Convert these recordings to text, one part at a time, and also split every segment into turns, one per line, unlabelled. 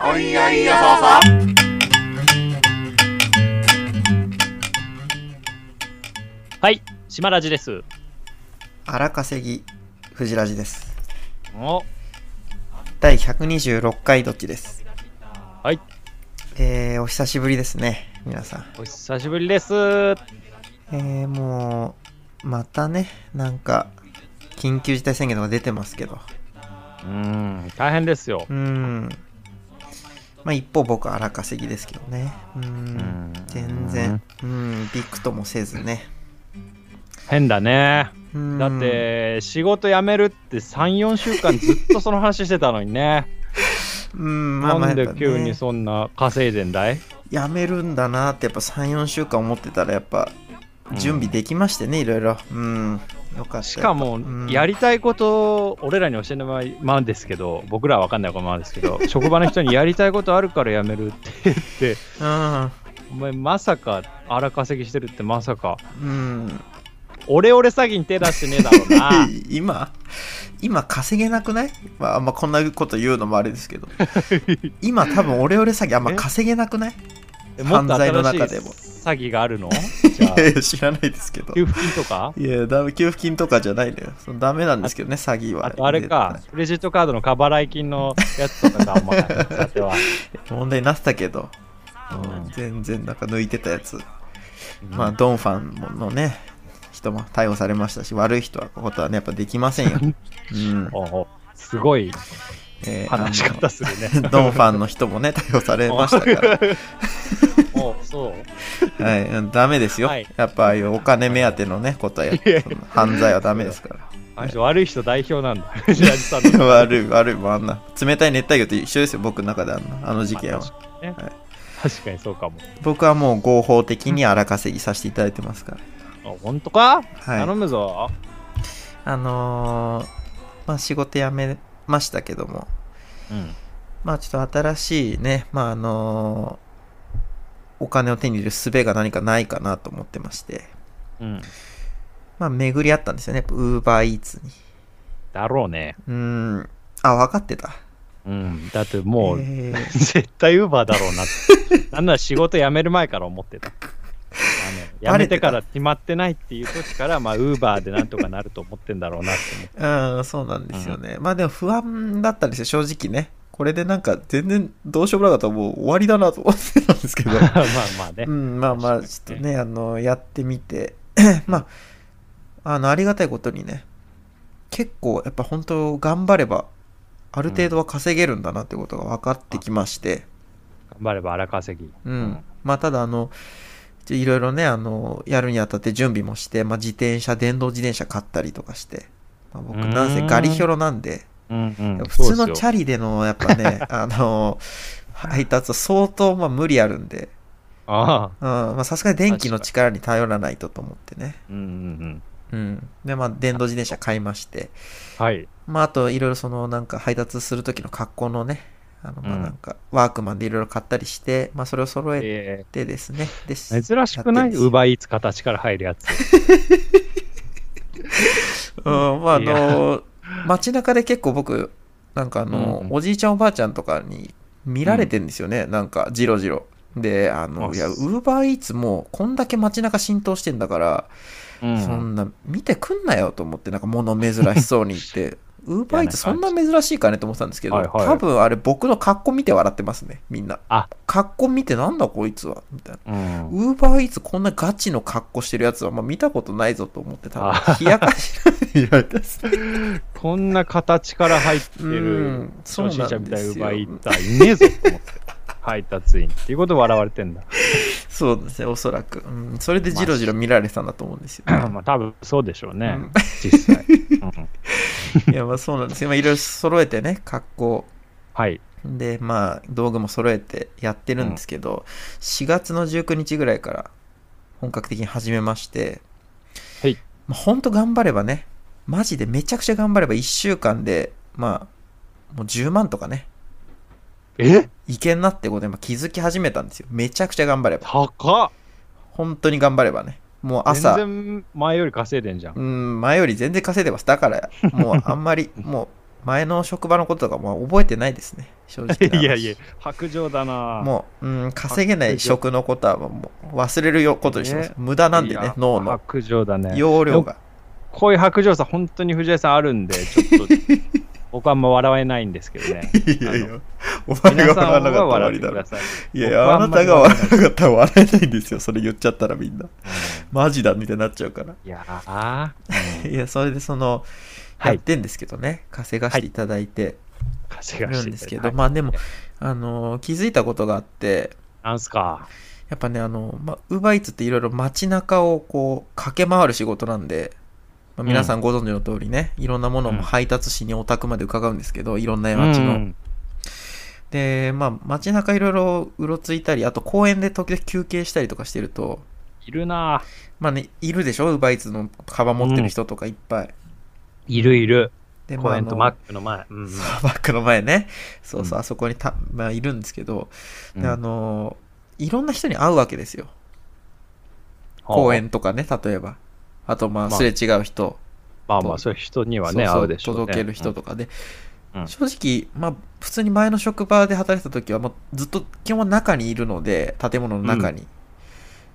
おいおいよささ
はい、島ラジです。
荒稼ぎ藤ラジです
お、
第126回どっちです
はい
えー、お久しぶりですね皆さん
お久しぶりです。は
えー、もうまたねなんか緊急事態宣言とか出てますけど
うん、大変ですよ
う。ーんまあ一方僕は荒稼ぎですけどねうー
うんん
全然うんびくともせずね
変だね。
うん
だって、仕事辞めるって3、4週間ずっとその話してたのに ね。
うんまあま
な
あ
ん
や
で
っぱ
急
ね
にそんな稼いでんだい
やめるんだなってやっぱ34週間思ってたらやっぱ準備できましてね、いろいろうんよかった
しかも、や
り
りたいことを俺らに教えないままですけど、僕らは分かんないかもですけど、職場の人にやりたいことあるから辞めるって言って、
うん
お前まさか荒稼ぎしてるってまさか、
うん
オレオレ詐欺に手出してねえだろ うな。
今今稼げなくない、まあ、あんまこんなこと言うのもあれです けど今多分オレオレ詐欺あんま稼げなくない
えもっと
犯罪の
新しい
中でも
詐欺がある のじゃあ
いやいや知らないですけど
給付金とか
いやだめ給付金とかじゃないのよそのダメなんですけどね詐欺は
あとあれか、クレジットカードの過払い金のやつとかがあんまなかったては。
絶対問題になってたけど、
うん
全然なんか抜いてたやつまあ、ドンファンのね、人も逮捕されましたし、悪い人はことはね、やっぱできませ んよ。うん。
おうおうすごい
えー
話し方する
あ
ね。
のドンファンの人もね、逮捕されました か
おうそう。
ら、はいうん、ダメですよ。
はい
やっぱああいうお金目当てのね、ことはやっぱその犯罪はダメですから。
あの人悪い人代表なんだ。藤原さんの
悪い、悪いもんあんな。冷たい熱帯魚と一緒ですよ、僕の中であんな、あの事件は。
確かにね
はい
確かにそうかも。
僕はもう合法的に荒稼ぎさせていただいてますから。
あ本当か
はい。
頼むぞ。
あのーまあ仕事辞めましたけども、
うん
まあちょっと新しいね、まああのお金を手に入れる術が何かないかなと思ってまして、
うん。
まあ巡り合ったんですよね、ウーバーイーツに。
だろうね。
うーん、あ、分かってた。
うん。だってもう、
えー
絶対ウーバーだろうなって。 なんなら仕事辞める前から思ってた。あの辞めてから決まってないっていう時から、まあ、ウーバーでなんとかなると思ってんだろうなって思って。
うん、そうなんですよね。まあでも不安だったんですよ、正直ね。これでなんか全然どうしようもなかったらもう終わりだなと思ってたんですけど。
まあまあね
う。ん、まあまあ、
確
ち
か
ょっ
に
と
ね
ね、あの、やってみて、まあ、あの、ありがたいことにね、結構、やっぱ本当、頑張れば、ある程度は稼げるんだなってことが分かってきまして、
頑張れば荒稼ぎ。
うん。まあ、ただ、あの、ちょいろいろね、あの、やるにあたって準備もして、まあ、自転車、電動自転車買ったりとかして、まあ、僕、
うーん
なんせガリヒョロなんで、
うんうん
やっぱ普通のチ
ャ
ャリでの、やっぱね、あの、配達は相当、まあ、無理あるんで、
ああ。
うんまあさすがに電気の力に頼らないとと思ってね。
うんうんうん。
うん。で、まあ、電動自転車買いまして。
はい。
まあ、あと、いろいろその、なんか、配達する時の格好のね、あの、まあ、
うん
なんか、ワークマンでいろいろ買ったりして、まあ、それを揃え
え
てですね。で、
ー珍しくない
やってるんです
ウーバーイーツ形から入るやつ。
うん、まあ、あ
いや
の、街中で結構僕、なんかあの、
うん
おじいちゃんおばあちゃんとかに見られてんですよね。なんか、じろじろ。で、あの、
あ
いや、ウ
そう
ーバーイーツも、こんだけ街中浸透してんだから、
う
そ。んな見てくんなよと思ってなんか物珍しそうに言 ってウーバーイーツそんな珍しいかねと思ってたんですけど、
はいはい
多分あれ僕の格好見て笑ってますねみんな
あ
格好見てなんだこいつはみたいな
うん
ウーバーイーツこんなガチの格好してるやつは、まあ、見たことないぞと思ってた
あ
冷やかし言われたっ すね
こんな形から入って
う
る
ん、そう
初
なんですよ
心者みたいなウーバーイーツはいねえぞと思って。配達員っていうことを笑われてんだ。
そうですねおそらく、うん、それでじろじろ見られてたんだと思うんですよ、
まあ多分そうでしょうね。
うん
実際。 うん
いやまあそうなんですよまあいろいろ揃えてね格好
はい。
でまあ道具も揃えてやってるんですけど、4月の19日ぐらいから本格的に始めまして、
はい
まあ、ほんと頑張ればねマジでめちゃくちゃ頑張れば1週間でまあもう10万とかね
え
いけんなってことで、まあ、気づき始めたんですよめちゃくちゃ頑張れば
高っ
本当に頑張ればねもう朝
全然前より稼いでんじゃん。
うん前より全然稼いでますだからもうあんまりもう前の職場のこととかも覚えてないですね、正直な話
いやいや、白状だなう、
もう、うん、稼げない職のことはもう忘れるよことにしてます。無駄なんで
い
ね
や、
脳の
白状だね。
容量が。
こういう白状さ、本当に藤井さんあるんで、ちょっと、僕はあんま笑えないんですけど ね。
い
やいや、
お
皆さんは笑ってください。
い
やいやあなたが
わなかったら笑えないんですよ、それ言っちゃったらみんな。マジだみたいになっちゃうから。
いやー、
いや、それでその、
はい
やってんですけどね、稼がしていただいて
稼
る
がしていただい
ん
て
ですけど、まあでも、あの、気づいたことがあって、
なんすか。
やっぱね、あの、まあ、ウーバーイーツっていろいろ街中をこう、駆け回る仕事なんで、まあ皆さんご存知の通りね、いろんなもの
うん
も配達しにお宅まで伺うんですけど、いろんな街の。
うん
で、まあ、街中いろいろうろついたり、あと公園で時々休憩したりとかしてると、
いるな
まあね、いるでしょ、ウーバーイーツのカバン持ってる人とかいっぱい。
いるいる。
で、
公
まあ、あ
園と
の
マックの前。うんうん
そうバックの前ね。そうそ
う
う、
ん
あそこにた、まあ、いるんですけど、
うん
であの、いろんな人に会うわけですよ。公。園とかね、例えば。あと、まあ、
まあ
すれ違う人。
まあまあ、そういう人には
そう
ね、
そう
会うでしょうね。
届ける人とかで、
うん
正直、まあ、普通に前の職場で働いてた時は、もうずっと基本は中にいるので、建物の中に。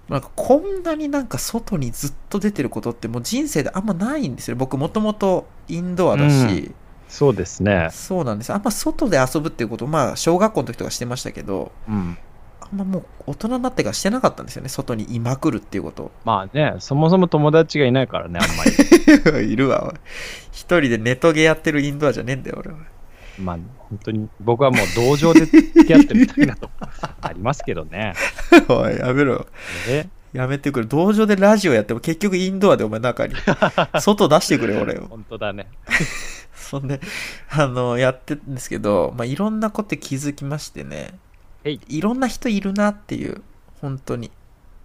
なんかこんなになんか外にずっと出てることってもう人生であんまないんですよ。僕もともとインドアだし、
そうですね。
そうなんです。あんま外で遊ぶっていうこと、まあ小学校の時とかしてましたけど、
うん。
あんまもう大人になってからしてなかったんですよね。外にいまくるっていうこと。
まあね、そもそも友達がいないからね、あんまり。
いるわ、おい一人でネトゲやってるインドアじゃねえんだよ、俺は。
まあ、本当に僕はもう同情で付き合ってるみたいなとこありますけど ね。
おい、やめろよ。
え
やめてくれ。道場でラジオやっても結局インドアでお前 中に。外出してくれ、俺を。
本当だね。
そんで、あの、やってんですけど、まあ、いろんなこと気づきましてね
えい。
いろんな人いるなっていう、本当に。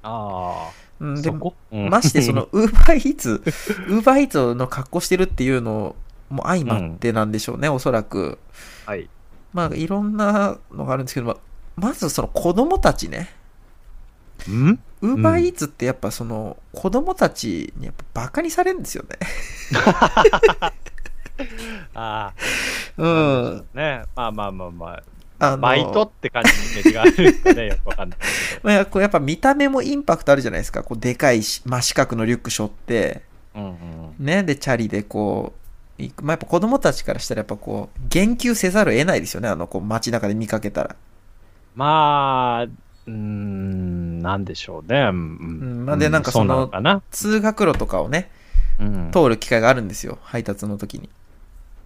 あ
う
あ、
んで
そ、こ、うん
まして その、ウーバーイーツ、ウーバーイーツの格好してるっていうのも相まってなんでしょうね、おそらく。
はい。
まあ、いろんなのがあるんですけど、まあまずその子供たちね。
ん
ウーバーイーツってやっぱその子供たちにやっぱバカにされるんですよね。
あ
う
あ、
ん。
ねまあまあまあまあ、
あの
バイトって感じのイメージがあるんですか ね、よくわかんない。
まあ、こうやっぱ見た目もインパクトあるじゃないですか。こうでかいし、真四角のリュック背負って、
うんうん。
ね、で、チャリでこう、行く。まあ、やっぱ子供たちからしたらやっぱこう、言及せざるを得ないですよね。あの、こう街中で見かけたら。
まあ、うーん、なんでしょうね。うん
んまあでなんかその
うなのか
通学路とかをね、
な。うん。
通る機会があるんですよ。配達の時に。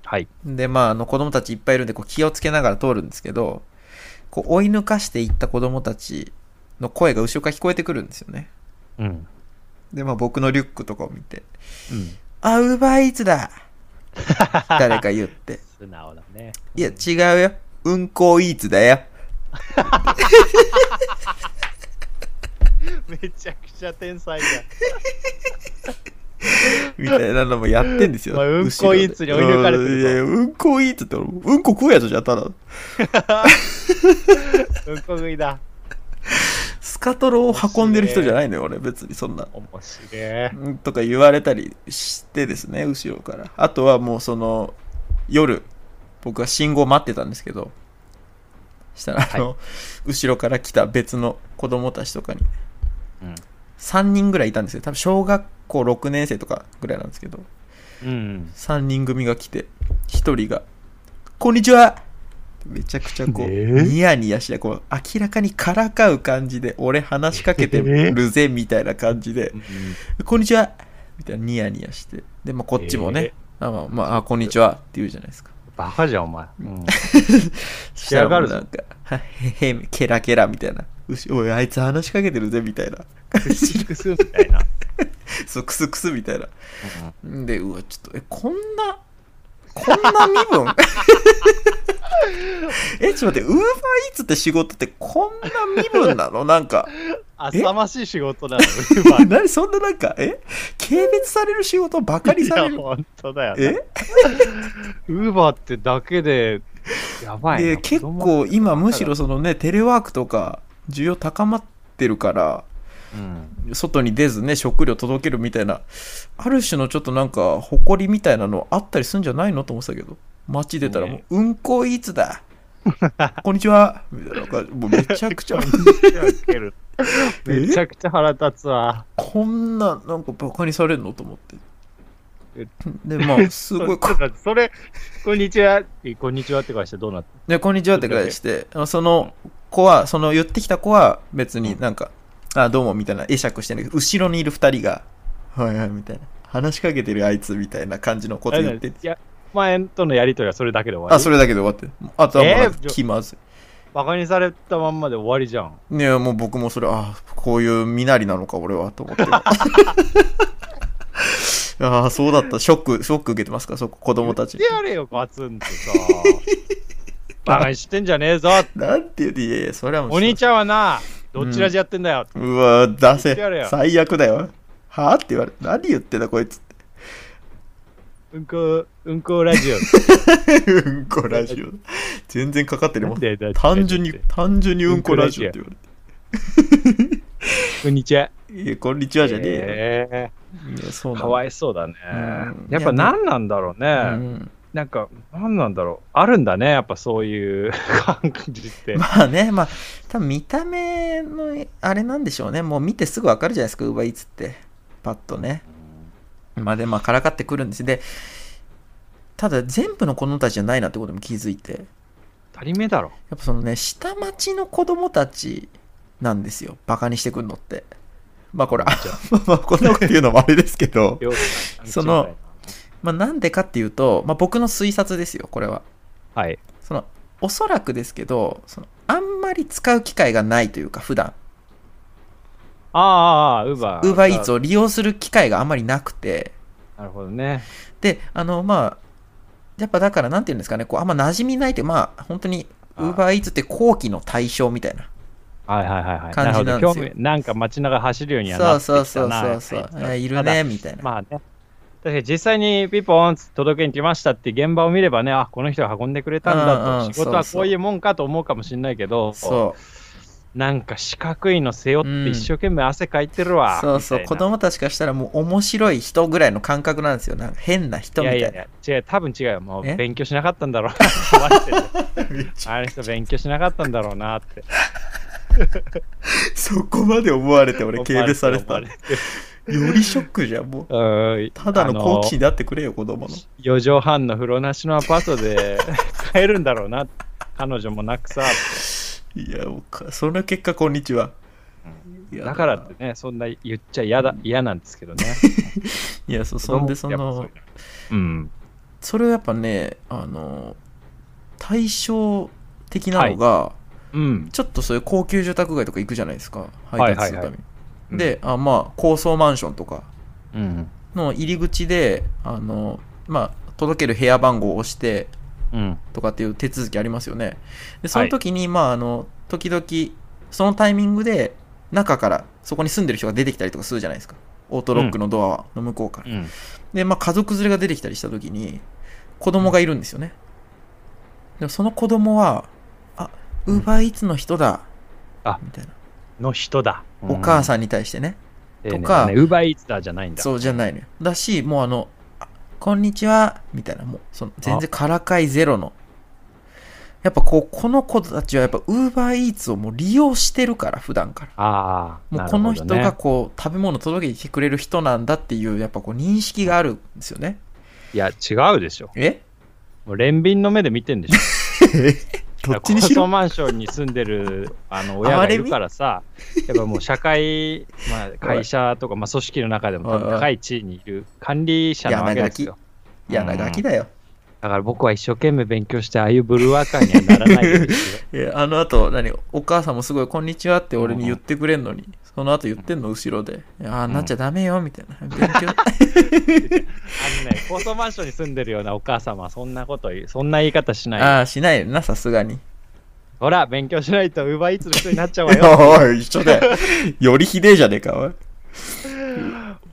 はい。
で、まあ、あの子供たちいっぱいいるんで、こう気をつけながら通るんですけど、こう追い抜かしていった子供たちの声が後ろから聞こえてくるんですよね。
うん。うん。
で、まあ僕のリュックとかを見て、あ、ウーバーイーツだ誰か言って。
素直だね。
いや、違うよ。運行イーツだよ。
めちゃくちゃ天才だ。
みたいなのもやってんですよ。
お前うんこ
後ろで
イーツに追い抜かれてるぞ
うんいや、うんこイーツって俺、うんこ食うやつじゃん、ただ。
うんこ食いだ。
スカトロを運んでる人じゃないのよ、俺、別にそんな。
面白い。
うんとか言われたりしてですね、後ろから。あとはもうその、夜、僕は信号待ってたんですけど、したら、あの、後ろから来た別の子供たちとかに、
うん
3人ぐらいいたんですよ。多分小学校6年生とかぐらいなんですけど、
うん。
3人組が来て、1人が、こんにちはめちゃくちゃこう、
えー
ニヤニヤして、こう、明らかにからかう感じで、俺話しかけてるぜ、みたいな感じで、こんにちはみたいなニヤニヤして。で、まあ、こっちもね、あまあ、まあ、あこんにちはって言うじゃないですか。
バカじゃん、お前。うん
しらもう
仕上が
なんか、はへへ、ケラケラみたいな。うしおい、あいつ話しかけてるぜみたいな。
クスクスみたいな。
そう、クスクスみたいな。んで、うわ、ちょっと、え、こんな、こんな身分 え、ちょっと待って、ウーバーイーツって仕事ってこんな身分なのなんか、
浅ましい仕事 なの、ウーバー
何そんななんか、え軽蔑される仕事ばかり
い
され
や、
る
本当だよね。
え
ウーバーってだけで、やばいな。
で結構今むしろ、そのねテレワークとか需要高まってるから
うん、
外に出ずね食料届けるみたいなある種のちょっとなんか誇りみたいなのあったりするんじゃないのと思ってたけど街出たらもう、うんこいつだ。こんにちは。みたいな感じ。もうめちゃくちゃ。
めちゃくちゃ腹立つわ。
こんな、なんかバカにされるのと思って。で、まあ、す ごい、こ
そそそれ、こんにちはって、こんにちはって返してどうなっ
で、こんにちはって返して、あのその子は、その言ってきた子は別になんか、あ、どうもみたいな会釈してんだけど、後ろにいる二人が、はいはいみたいな。話しかけてるあいつみたいな感じのこと
た
言って
い。や、前とのやりとりはそれだけで終わ
あ、
り。
それだけで終わってる。あとはもうなんか
えー
気まずい。
バカにされたまんまで終わりじゃん。
ねえもう僕もそれ、あこういう身なりなのか、俺は、と思 って。ああ、そうだった。ショック、ショック受けてますか、そこ、子供たち
言。ってやれよ、ガツンと さ。バカにしてんじゃねえぞ。
なんて言うて、いやいや、それはもう。
お兄ちゃんはな、どっちらじやってんだよ。
うわ出
言ってやれ
せ
よ
最悪だよはあって言われる何言ってんだこいつっ
うんこ、うんこラ ジオ。
てうんこラジオ全然かかってるもん
なんでだって
単純に単純にうんこラジオって言われ
こんにちは。
ていやこんにちはじゃねえ
え
よいやそ
ー
うな
か
の
わいそうだね
うん。
やっぱ何なんだろう
う
ね。
ん
なんか、何なんだろう。あるんだね、やっぱそういう 感じって。
まあねまあ多分見た目のあれなんでしょうねもう見てすぐわかるじゃないですかウーバーイーツってパッとねまあでまあからかってくるんですでただ全部の子供たちじゃないなってことも気づいて
当たり前だろ。
やっぱそのね、下町の子供たちなんですよ。バカにしてくんのって。まあこれ、あまあこんなこと言うのもあれですけど、
よ
その、まあなんでかっていうと、まあ僕の推察ですよ、これは。
はい。
その、おそらくですけど、そのあんまり使う機会がないというか、普段、
あーあー、ウーバー。
ウーバーイーツを利用する機会があんまりなくて、
なるほどね。
で、あの、まあ、やっぱだからなんて言うんですかね、こう、あんま馴染みないという、まあ本当に、ウ
あー
ーバーイーツって後期の対象みたいな。
はいはいはいはい。
感じなんですよ
るほど興味なんか街中走るようには
そ
な
う
ってきた
そう
な。
そうそうそう、
やっぱ
え
り
いる
ただ
ね、みたいな。
まあね。確かに実際にピポン届けに来ましたって現場を見ればね、あ、この人が運んでくれたん
うん
だ
うん
と、仕事はこういうもんかと思うかもしれないけど、
そう。
なんか四角いの背負って一生懸命汗かいてるわ。
そうそう
みた
子
いな
供たちからしたらもう面白い人ぐらいの感覚なんですよなんか変な人みたい
い
な
やいやいや、違う、多分違うよ。もう
え
勉強しなかったんだろうなって思われてる。あの人勉強しなかったんだろうなって。
そ こまで思われて俺軽蔑されてた
思わ
よ
てる
りショックじゃんもう
うん
ただの好奇心
あ
であってくれよ子供
の
の
4畳半の風呂なしのアパートで 帰るんだろうな。彼女もなくさ。
いやもうかその結果こんにちは嫌
だからってね、そんな言っちゃ嫌だ、嫌なんですけどね。
いや そうそんでそ
やっぱそう
の
いううん。
それはやっぱねあの対照的なのが、
うん。
ちょっとそういう高級住宅街とか行くじゃないですか
は
配
いは
達
い
する
はい
ために、であまあ高層マンションとか
うん。
の入り口であの、まあ、届ける部屋番号を押して
うん。
とかっていう手続きありますよね。でその時に、まああの時々そのタイミングで中からそこに住んでる人が出てきたりとかするじゃないですか。オートロックのドアの向こうから。
うん。
で、まあ、家族連れが出てきたりした時に子供がいるんですよね。でもその子供は「あウーバーイーツの人だ」
あ
みたいな
の人だ。
お母
ん
さんに対してね。
丁寧
と
だ
か
ね。ウーバーイーツだじゃないんだ。
そうじゃないのよ。だし、もうあの、あこんにちは、みたいな、もう、その、全然からかいゼロの。やっぱこう、この子たちはやっぱ、ウーバーイーツをもう利用してるから、普段から。
ああ。
もうこの人
なるほど
が
ね
こう、食べ物届けてきてくれる人なんだっていう、やっぱこう、認識があるんですよね。
いや、違うでしょ。
え
もう連便の目で見てんでしょ。
どっちにし
高層
ろ
マンションに住んでるあの親がいるからさ、やっぱもう社会、ま あ、会社とか、まあ、組織の中でも多分高い地位にいる管理者なわけですよ。
柳書きだよ。
だから僕は一生懸命勉強して、ああいうブルーアカーにはならないようにしよう
え、あの後、何、お母さんもすごい、こんにちはって俺に言ってくれんのに、その後言ってんの、後ろで。ああ、なっちゃダメよ、みたいな。勉
あ
強。
のね、高層マンションに住んでるようなお母様はそんなこと言う、そんな言い方し ない。
ああ、しないよな、さすがに。
ほら、勉強しないと、ウーバーイーツの人になっちゃう わよ。
おい、一緒だ よ。よりひでえじゃねえか、おい。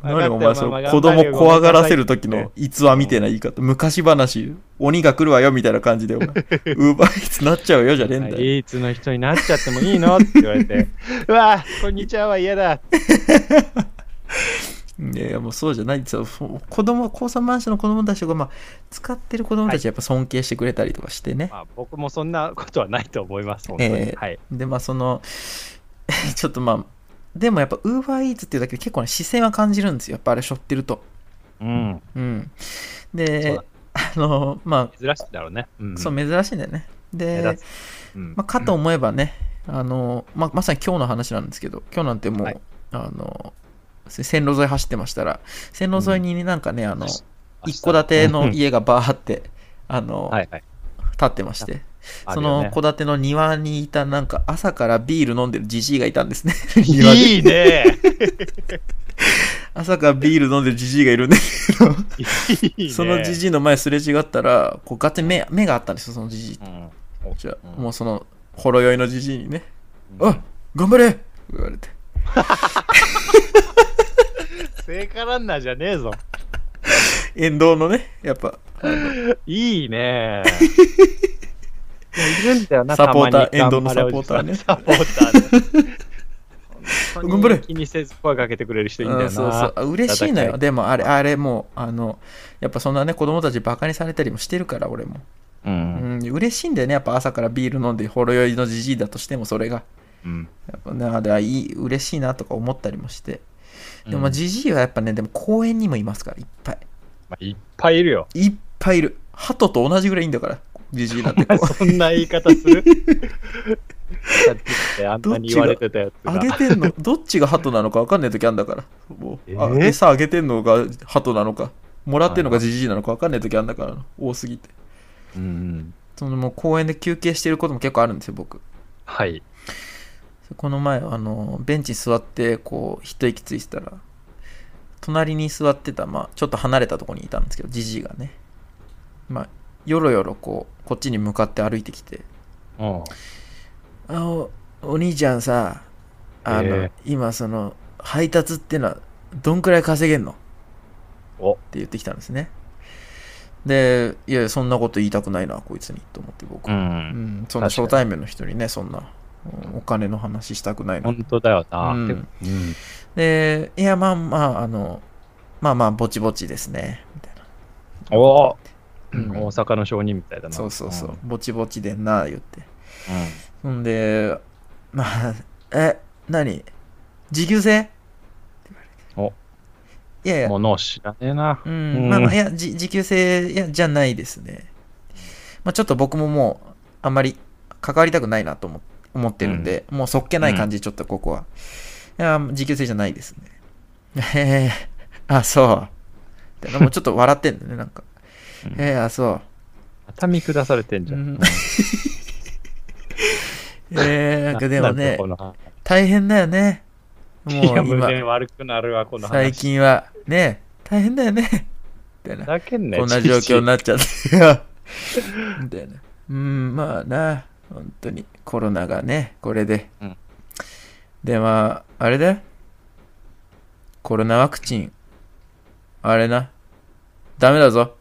何お前それ子供怖がらせる時の逸話みたいな言い方昔話鬼が来るわよみたいな感じで お前ウーバーイーツなっちゃうよじゃねえんだよ
いつの人になっちゃってもいいのって言われて、うわ、こんにちはは嫌だ。
いやいやもうそうじゃないですよそう子供高三マンションの子供たちとか、まあ、使ってる子供たちはやっぱ尊敬してくれたりとかしてね、
まあ、僕もそんなことはないと思います、本当に。
ええ
はい。
でまあその ちょっとまあでもやっぱ UberEats っていうだけで結構ね視線は感じるんですよやっぱあれ背負ってると
うん。
うん
そう
で
だ
あのま
珍しいだろうね。うん。
あそう珍しいんだよねで、
目立つうん
まあ、かと思えばね、あのまあ、まさに今日の話なんですけど今日なんてもう、
はい
あのせ線路沿い走ってましたら線路沿いになんかね、あの
走
一戸建ての家がバーってあの、
はいはい。
立ってましてそ
あ
の
るよね
戸建ての庭にいたなんか朝からビール飲んでるじじいがいたんで すね庭で
いいね
朝からビール飲んでるじじいがいるんですけど
いいね
そのじじいの前すれ違ったらこうガッて目目があったんですよそのじじい
うん。
じゃあ
うん
もうそのほろ酔いのじじいにね「
う
おい
ん
頑張れ!」って言われて
聖火ランナーじゃねえぞ。
沿道のねやっぱ
いいねいるんだよな、
サポーター
たまに
沿道のサポーターね
サポーターね。本当に
頑張れ
気にせず声かけてくれる人いいんだよ
う
な。
んそうそうあ嬉しいの
戦
よ
い
でもあれあれもうあのやっぱそんなね子供たちバカにされたりもしてるから俺も
う。
うんん嬉しいんだよねやっぱ朝からビール飲んでほろ酔いのじじいだとしてもそれが
うん。
やっぱねあれはいい嬉しいなとか思ったりもしてでも
うん
じじいはやっぱねでも公園にもいますからいっぱい
まあいっぱいいるよ。
いっぱいいる鳩と同じぐらいいんだからじじいなんてこ う
そんな言い方するさっきってあんなに言われてたやつ
あ
が
げ。てんのどっちが鳩なのか分かんない時あんだからもう、あ
えー
餌あげてんのが鳩なのかもらってんのがじじいなのか分かんない時あんだから多すぎて
うん。
そのもう公園で休憩してることも結構あるんですよ僕
はい。
この前あのベンチに座ってこう一息ついてたら隣に座ってた、まあ、ちょっと離れたところにいたんですけどじじいがねまあよろよろこうこっちに向かって歩いてきて
うん。
「あおお兄ちゃんさあの、
え
今その配達ってのはどんくらい稼げんの?」
お
って言ってきたんですねでいやいやそんなこと言いたくないなこいつにと思って僕
う。
うんん、そんな初対面の人にね、そんな、うんお金の話したくないの。
本当だよな。
うん
でもうん
で、いや、まあまあ、あの、まあまあ、ぼちぼちですね、みたいな。
おお
うん
大阪の商人みたいだな。
そうそうそう、ぼちぼちでんな、言って。
う
ほんで、まあ、え、何時給制って言われていやい
ん。
や、
ものを知らねえな。
うん、まあまあ、いや、じ時給制いやじゃないですね。まあ、ちょっと僕ももう、あんまり関わりたくないなと思思ってるんで、もうそっけない感じ、ちょっとここは。いや、時給制じゃないですね。 へえあ、そう。でもうちょっと笑ってんだよね、なんか。
うん
へえあ、そう。
また見下されてんじゃ
うん
ん。
ええなんかでもね
こ、の話
大変だよね。もう
いや、無
今、
限悪くなるわ、この話。
最近は、ね、大変だよね。みたいな
ふ。ざけんなよ。
こんな状況に
な。
なっちゃっ てよ。みたいな。うん、まあな、本当にコロナがね、これで。
うん
で、まあ、あれだよコロナワクチン、あれな、ダメだぞ。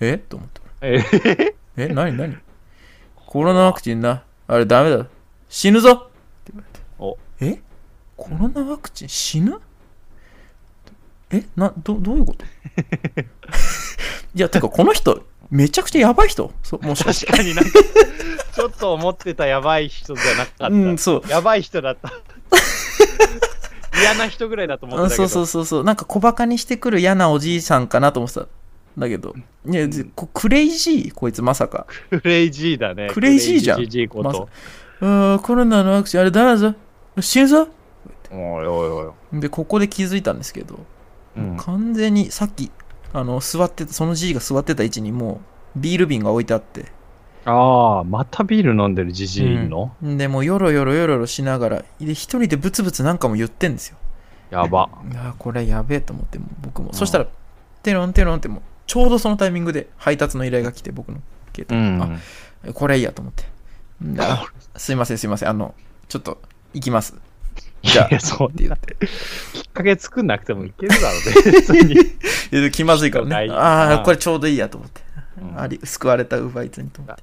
えと思った。
えへ
え、なになにコロナワクチンな、あれダメだ。死ぬぞって言われて。えコロナワクチン死ぬえな、ど、どういうこと いや、てかこの人、めちゃくちゃやばい人そう、もしかして。
確かになんか、ちょっと思ってたやばい人じゃなかった。
うん、そう。
やばい人だった。 嫌な人ぐらいだと思っ
あ
てたけ
そ
ど。
うそうそうそう。なんか小バカにしてくる嫌なおじいさんかなと思ってた。だけど。いや、ぜこクレイジーこいつまさか。
クレイジーだね。
クレイジーじゃん
クレイジーこ
ま
と。
うーんコロナのワクチン、あれダメだぞ。死ぬぞ
おいおいおい。
で、ここで気づいたんですけど。
うん
完全にさっきあの座ってたそのじいが座ってた位置にもうビール瓶が置いてあって
ああ、またビール飲んでるじじいいんの、
でもうよろよろよろよろしながらで一人でブツブツなんかも言ってんですよ
やば。
いやーこれやべえと思ってもう僕も
ん
そしたらテロンテロンってもうちょうどそのタイミングで配達の依頼が来て僕の携
う
帯、
ん。
あこれいいやと思ってんであすいませんすいませんあのちょっと行きますってじゃあ
いや、そう。
言って
きっかけ作んなくてもいけるだろうね、別に。
いや気まずいから
ない
ねあ
うん
あこれちょうどいいやと思って、
うん
あり救われたウーバーイーツにと思って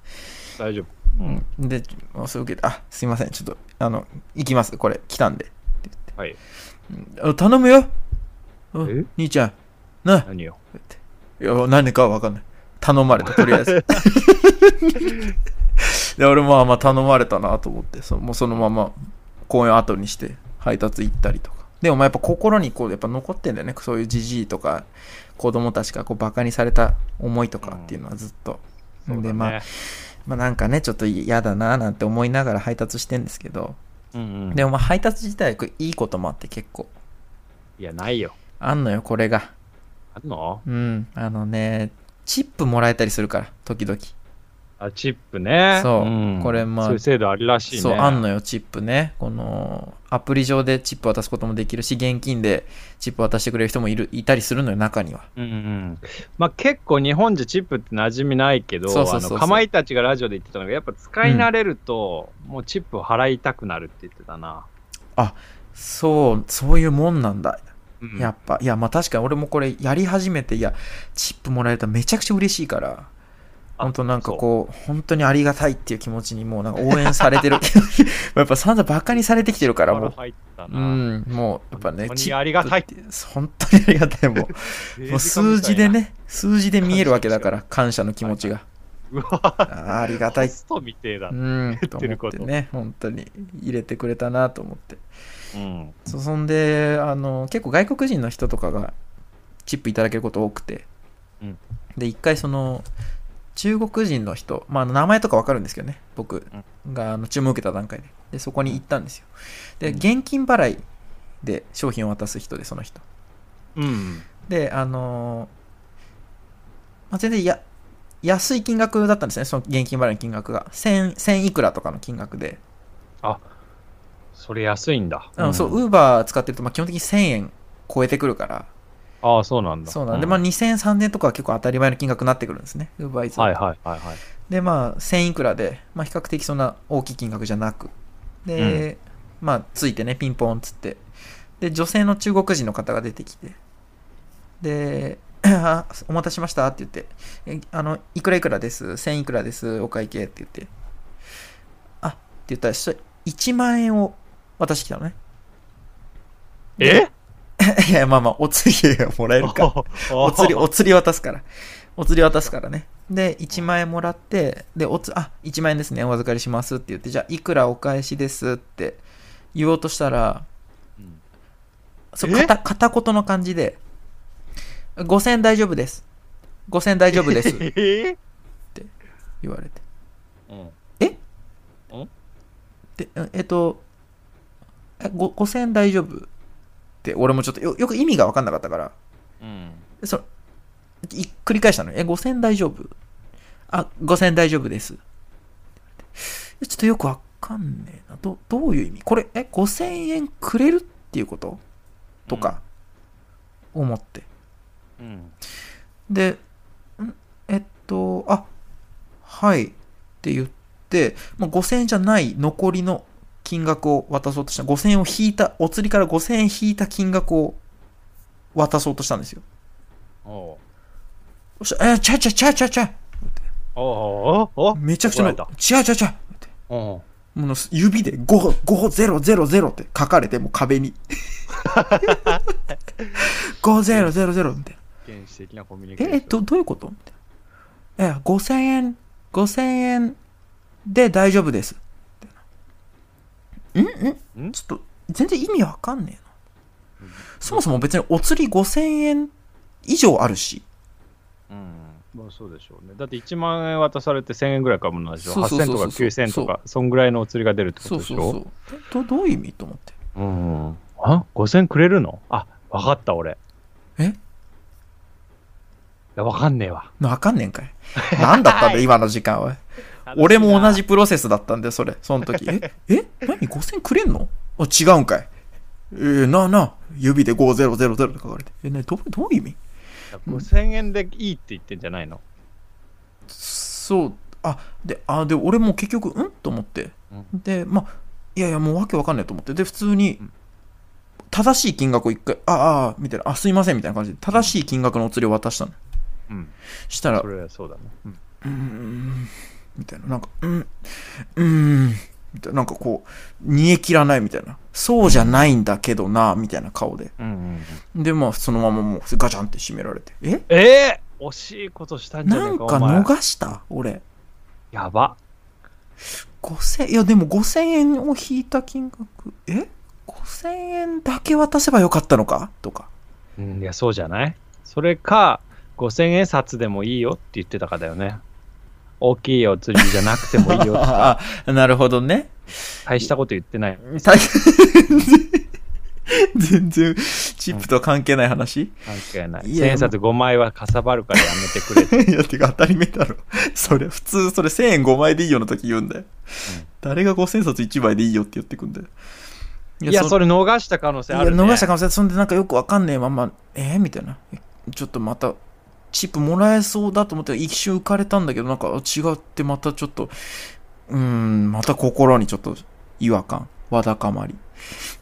大丈夫。うん。
うん、で、まあそれ受けて、あ、すいません、ちょっと、あの、行きます、これ、来たんで。
はい。
あ頼むようん
え
兄ちゃん、な、
何よ。
いや、何かわかんない。頼まれた、とりあ えず。で、俺も、あまあ、頼まれたなと思って、そもうそのまま公園後にして配達行ったりとか。でも、まあやっぱ心にこう、やっぱ残ってんだよね。そういうじじいとか、子供たちがこう、バカにされた思いとかっていうのはずっと。
そう
で、
だ
まあ、
ね。
まあなんかね、ちょっと嫌だななんて思いながら配達してんですけど、
うんうん。
でもまあ配達自体こういいこともあって結構、
いや、ないよ。
あんのよ、これが。
あんの
うん、あのね、チップもらえたりするから、時々。
あ、チップね。
そうんこれまあ
そういう制度あるらしいね。
そう、あんのよ、チップね。この、アプリ上でチップ渡すこともできるし、現金でチップ渡してくれる人もいる、いたりするのよ、中には。
うんうんまあ、結構日本じゃチップって馴染みないけど
そうそうそうそう
あのかまいたちがラジオで言ってたのがやっぱ使い慣れると、もうチップを払いたくなるって言ってたな、
そう、そういうもんなんだ。
うん
やっぱ。いや、まあ確かに俺もこれやり始めて、いや、チップもらえたらめちゃくちゃ嬉しいから。
あ
本当なんかこう、本当にありがたいっていう気持ちにもうなんか応援されてる。 やっぱ散々バカにされてきてるから、も
腹
う。
入ってた
う
な、
ん、もうやっぱ
本
ね、
当
チ
に
ッ
ありがたい
プって本当にありがたい、 もう。もう数字でね、数字で見えるわけだから、感謝の気持 ちが。
うわ
あーありがた
ホ
い。
ストみてえだ
う、ん、
て
と思
る
っ
こ
て
と
ね、本当に入れてくれたなと思って。
うん
そそんで、あの、結構外国人の人とかがチップいただけること多くて
うん。
で、一回その、中国人の人、まあ、あの名前とかわかるんですけどね、僕があの注文を受けた段階で。で、そこに行ったんですよ。で、
うん
現金払いで商品を渡す人で、その人。
うん、
であのーまあ、全然や安い金額だったんですねその現金払いの金額が 1000, 1000いくらとかの金額で、
それ安いんだ、
あの
ん
そうウーバー使ってるとまあ基本的に1000円超えてくるから
ああそうなんだ
そうなんで、まあ、
う
2000円3000円とかは結構当たり前の金額になってくるんですねウーバーイーツ
はいはいはいはい
でまあ1000いくらで、まあ、比較的そんな大きい金額じゃなくで、まあついてねピンポンっつってで女性の中国人の方が出てきてで あお待たせしましたって言ってえあのいくらいくらです1000いくらですお会計って言ってあって言ったらそしたら1万円を渡してきたのね
え
いやまあまあお釣りがもらえるかお
お
釣り、お釣り渡すから。お釣り渡すからね。で、1万円もらって、で、おつ、あ、1万円ですね、お預かりしますって言って、じゃあ、いくらお返しですって言おうとしたら、
うん
そう、
え
片、片言の感じで、5000円大丈夫です。5000円大丈夫で す。
えー
言われて。
うん
で、ええっと、えご5000円大丈夫って、俺もちょっとよよく意味が分かんなかったから、
うん
でそのい繰り返したのよえ、5000大丈夫あ、5000大丈夫です。えちょっとよくわかんねえな。ど、どういう意味これ、え、5000円くれるっていうこととか、思って。
うん
で、んえっと、あ、はいって言って、まあ、5000円じゃない残りの金額を渡そうとした。5000円を引いた、お釣りから5000円引いた金額を渡そうとしたんですよ。
おう
そしたらえ、ちゃうちゃうちゃうちゃうちゃう
おうおうおう
めちゃくちゃな
怒ら
ちゃうちゃうちゃうって
おう
もう指で5、5、0、0、0って書かれて、もう 壁に。5、0、0、0みたいな。
原始的なコミュニケーション
え、え、ど、どういうことみたいな。え、5000円、5000円で大丈夫です。みたいな。んん
ん
ちょっと、全然意味わかんねえな。そもそも別にお釣り5000円以上あるし。
うんまあそうでしょうね。だって1万円渡されて1000円ぐらいかもなんでしょ。
そうそう
8000
そう
と
そ
か
う
9000とか、そんぐらいのお釣りが出るってことでしょ。
ど、どういう意味と思って。
うん。あ ?5000 くれるのあ、わかった俺。
え
いや、わかんねえわ。
なあかんねんかい。なんだ ったんだよ、今の時間は。 俺も同。じプロセスだったんで、それ、その時。 え、え何 ?5000 くれんのあ、違うんかい。えー、なあなあ、指で5000って書かれて。え、ね、ど、どういう意味
5000円でいいって言ってんじゃないの
そう、あ、で、あ、で、俺も結局、うんと思って。
う
で、まあ、いやいや、もうわけわかんないと思って。で、普通に
うん、
正しい金額を一回、ああ、みたいな、あ、すいません、みたいな感じで、正しい金額のお釣りを渡したの。
うん。
したら
そ、れはそうだね。うん
うーんみたいな、なんか、うん、うーん、なんかこう、煮え切らないみたいな。そうじゃないんだけどな、みたいな顔で。
うんうん、
で、まあ、そのままもうガチャンって閉められて。え
ええ惜しいことしたんじゃね
な
え
ん
か
か
お前
逃した俺。
やば
5000、いやでも5000円を引いた金額、え ?5000 円だけ渡せばよかったのかとか。
うん、いや、そうじゃないそれか、5000円札でもいいよって言ってたかだよね。大きいお釣りじゃなくてもいいよとか、
ああ、なるほどね。
大したこと言ってない。
大全然、チップとは関係ない話、
関係ない。
い
1000
や
円札5枚はかさばるからやめてくれって。
いや、てか当たり前だろ。 それ、普通、それ1000円5枚でいいよの時言うんだよ。誰が5000冊1枚でいいよって言ってくんだよ。い
いや、それ逃した可能性ある、ね。
いや逃したかもしれないそんでなんかよくわかんねえままえーみたいなちょっとまたチップもらえそうだと思って一瞬浮かれたんだけどなんかあ違ってまたちょっとうーんまた心にちょっと違和感わだかまり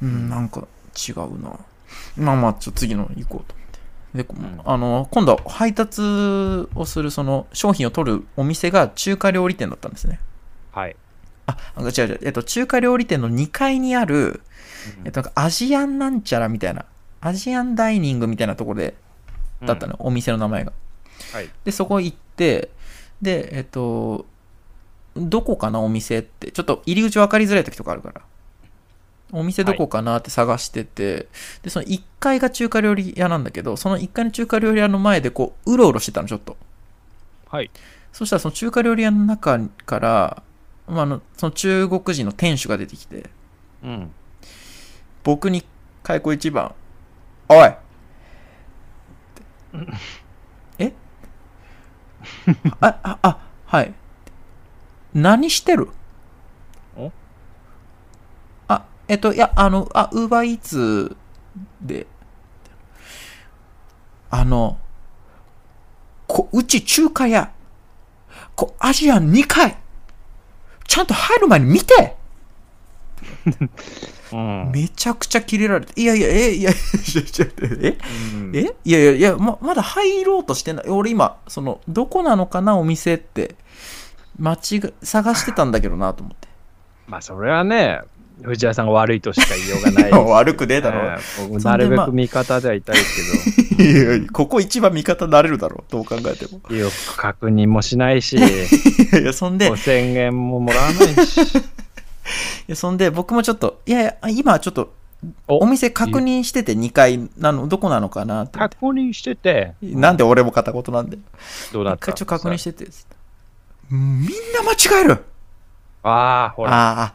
うんなんか違うなまあまあちょっと次の行こうと思ってで、こ
ん
あの今度は配達をするその商品を取るお店が中華料理店だったんですね
はい。
ああ違う違う、えっと、中華料理店の2階にあるえっと、なんかアジアンなんちゃらみたいな、アジアンダイニングみたいなところで、だった
の、
の、お店の名前が。
はい
で、そこ行って、で、えっと、どこかな、お店って。ちょっと入り口分かりづらい時とかあるから。お店どこかなって探してて、で、その1階が中華料理屋なんだけど、その1階の中華料理屋の前で、こう、うろうろしてたの、ちょっと。
はい。
そしたら、その中華料理屋の中から、まあ、あの、その中国人の店主が出てきて、
うん。
僕に開口一番「おい!」えあああはい何してる
お
あえっといやあのあウーバーイーツであのこうち中華屋こアジアン2階ちゃんと入る前に見て
うん。
めちゃくちゃキレられて、いやいや、え、いや、いやちょちょえ、
うん
え、いやいや、いや、ま、まだ入ろうとしてない。俺今、その、どこなのかな、お店って、街が、探してたんだけどな、と思って。
まあ、それはね、藤原さんが悪いとしか言いようが ない。
悪くねえ
ええ僕なるべく味方ではいたいけ
ろ。いやいや、ここ一番味方になれるだろう、どう考えて も。
ど、よく確認もしないし、
いやいや、そんで、い
5000円ももらわない し。
やそんで、僕もちょっと、いやいや、今ちょっと、
お
お店確認してて2階なの、どこなのかなって思って。
確認してて、
なんで俺も片言なんで。
どうな
一
った
回ちょっと確認してて。みんな間違える
ああ、ほら。
あ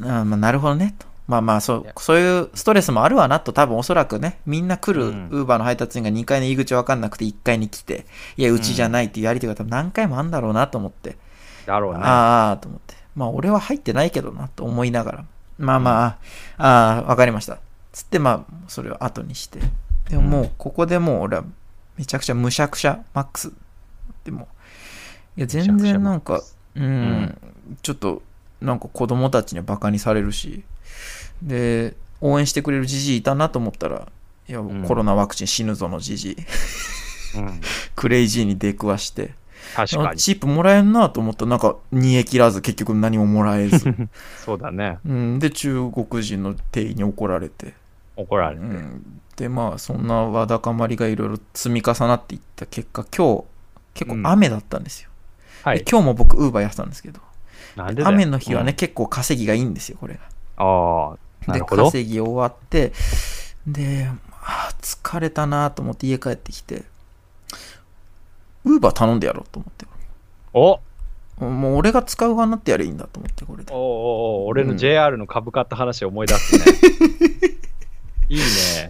ーあ、うんまあ、なるほどねと。まあまあそ
いうや、
そういうストレスもあるわなと、多分おそらくね、みんな来るウ
うん
ーバーの配達員が2階の入り口分かんなくて1階に来て、いや、うちじゃないっていうやりとりが多分何回もあるんだろうなと思って、
だろうね。
あーあー、と思って、まあ俺は入ってないけどなと思いながら、まあまあ、ああ、分かりました。つって、まあ、それを後にして、でももう、ここでもう俺はめちゃくちゃむしゃくしゃ、マックス。でも、いや、全然なんか、うん、ちょっとなんか子供たちにはバカにされるしで応援してくれるじじいいたなと思ったらいや、
ん
コロナワクチン死ぬぞのじじい
うん、
クレイジーに出くわして
確かに。
チップもらえんなと思ったらなんか煮え切らず結局何ももら えず、
そうだね。
うん、で中国人の店員に怒られて、
怒られ
う
る。
ん、でまあそんなわだかまりがいろいろ積み重なっていった結果今日結構雨だったんですよ、
は
で
い。
今日も僕ウーバーやってたんですけど
なんでだよ
雨の日はね、、結構稼ぎがいいんですよこれが
うんああ、な
で
るほど。
稼ぎ終わってで、あー疲れたなと思って家帰ってきてウーバー頼んでやろうと思って
おおう
もう俺が使う側になってやればいいんだと思ってこれで
おうおう俺
う
の
ん
JR の株買った話を思い出すね。 いいね。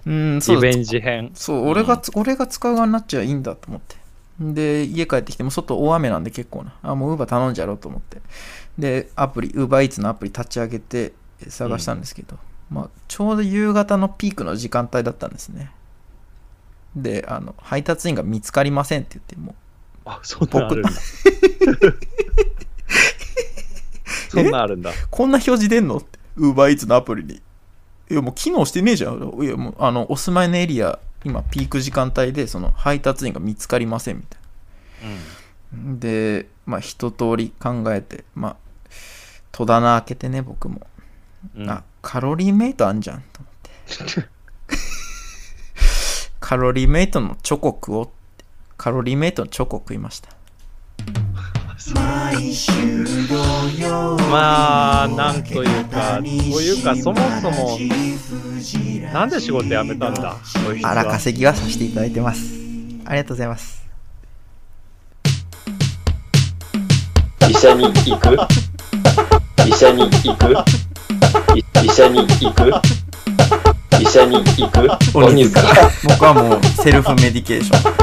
うんそ
リ
う
ベンジ編。
そう俺がつ、俺が使う側になっちゃいいんだと思ってで家帰ってきてもう外大雨なんで結構なあもうウーバー頼んじゃろうと思ってでアプリウーバーイーツのアプリ立ち上げて探したんですけど、まあ、ちょうど夕方のピークの時間帯だったんですねであの配達員が見つかりませんって言ってもう
あ、そんなんあるんだ。 そんなんあるん だ。
こんな表示出んのって、ウーバーイーツのアプリに。いや、もう機能してねえじゃん。いや、もう、あの、お住まいのエリア、今、ピーク時間帯で、その、配達員が見つかりません、みたいな。で、まあ、一通り考えて、まあ、戸棚開けてね、僕も。
うん
あ、カロリーメイトあんじゃん、と思って。カロリーメイトのチョコ食おうって。カロリーメイトのチョコ食いました。
まあなんというかというかそもそもなんで仕事辞めたんだこいつは
荒稼ぎはさせていただいてます。ありがとうございます。
医者に行く医者に 行くい医者に行く医者に行く
鬼
鬼
塚
塚
僕はもうセルフメディケーション。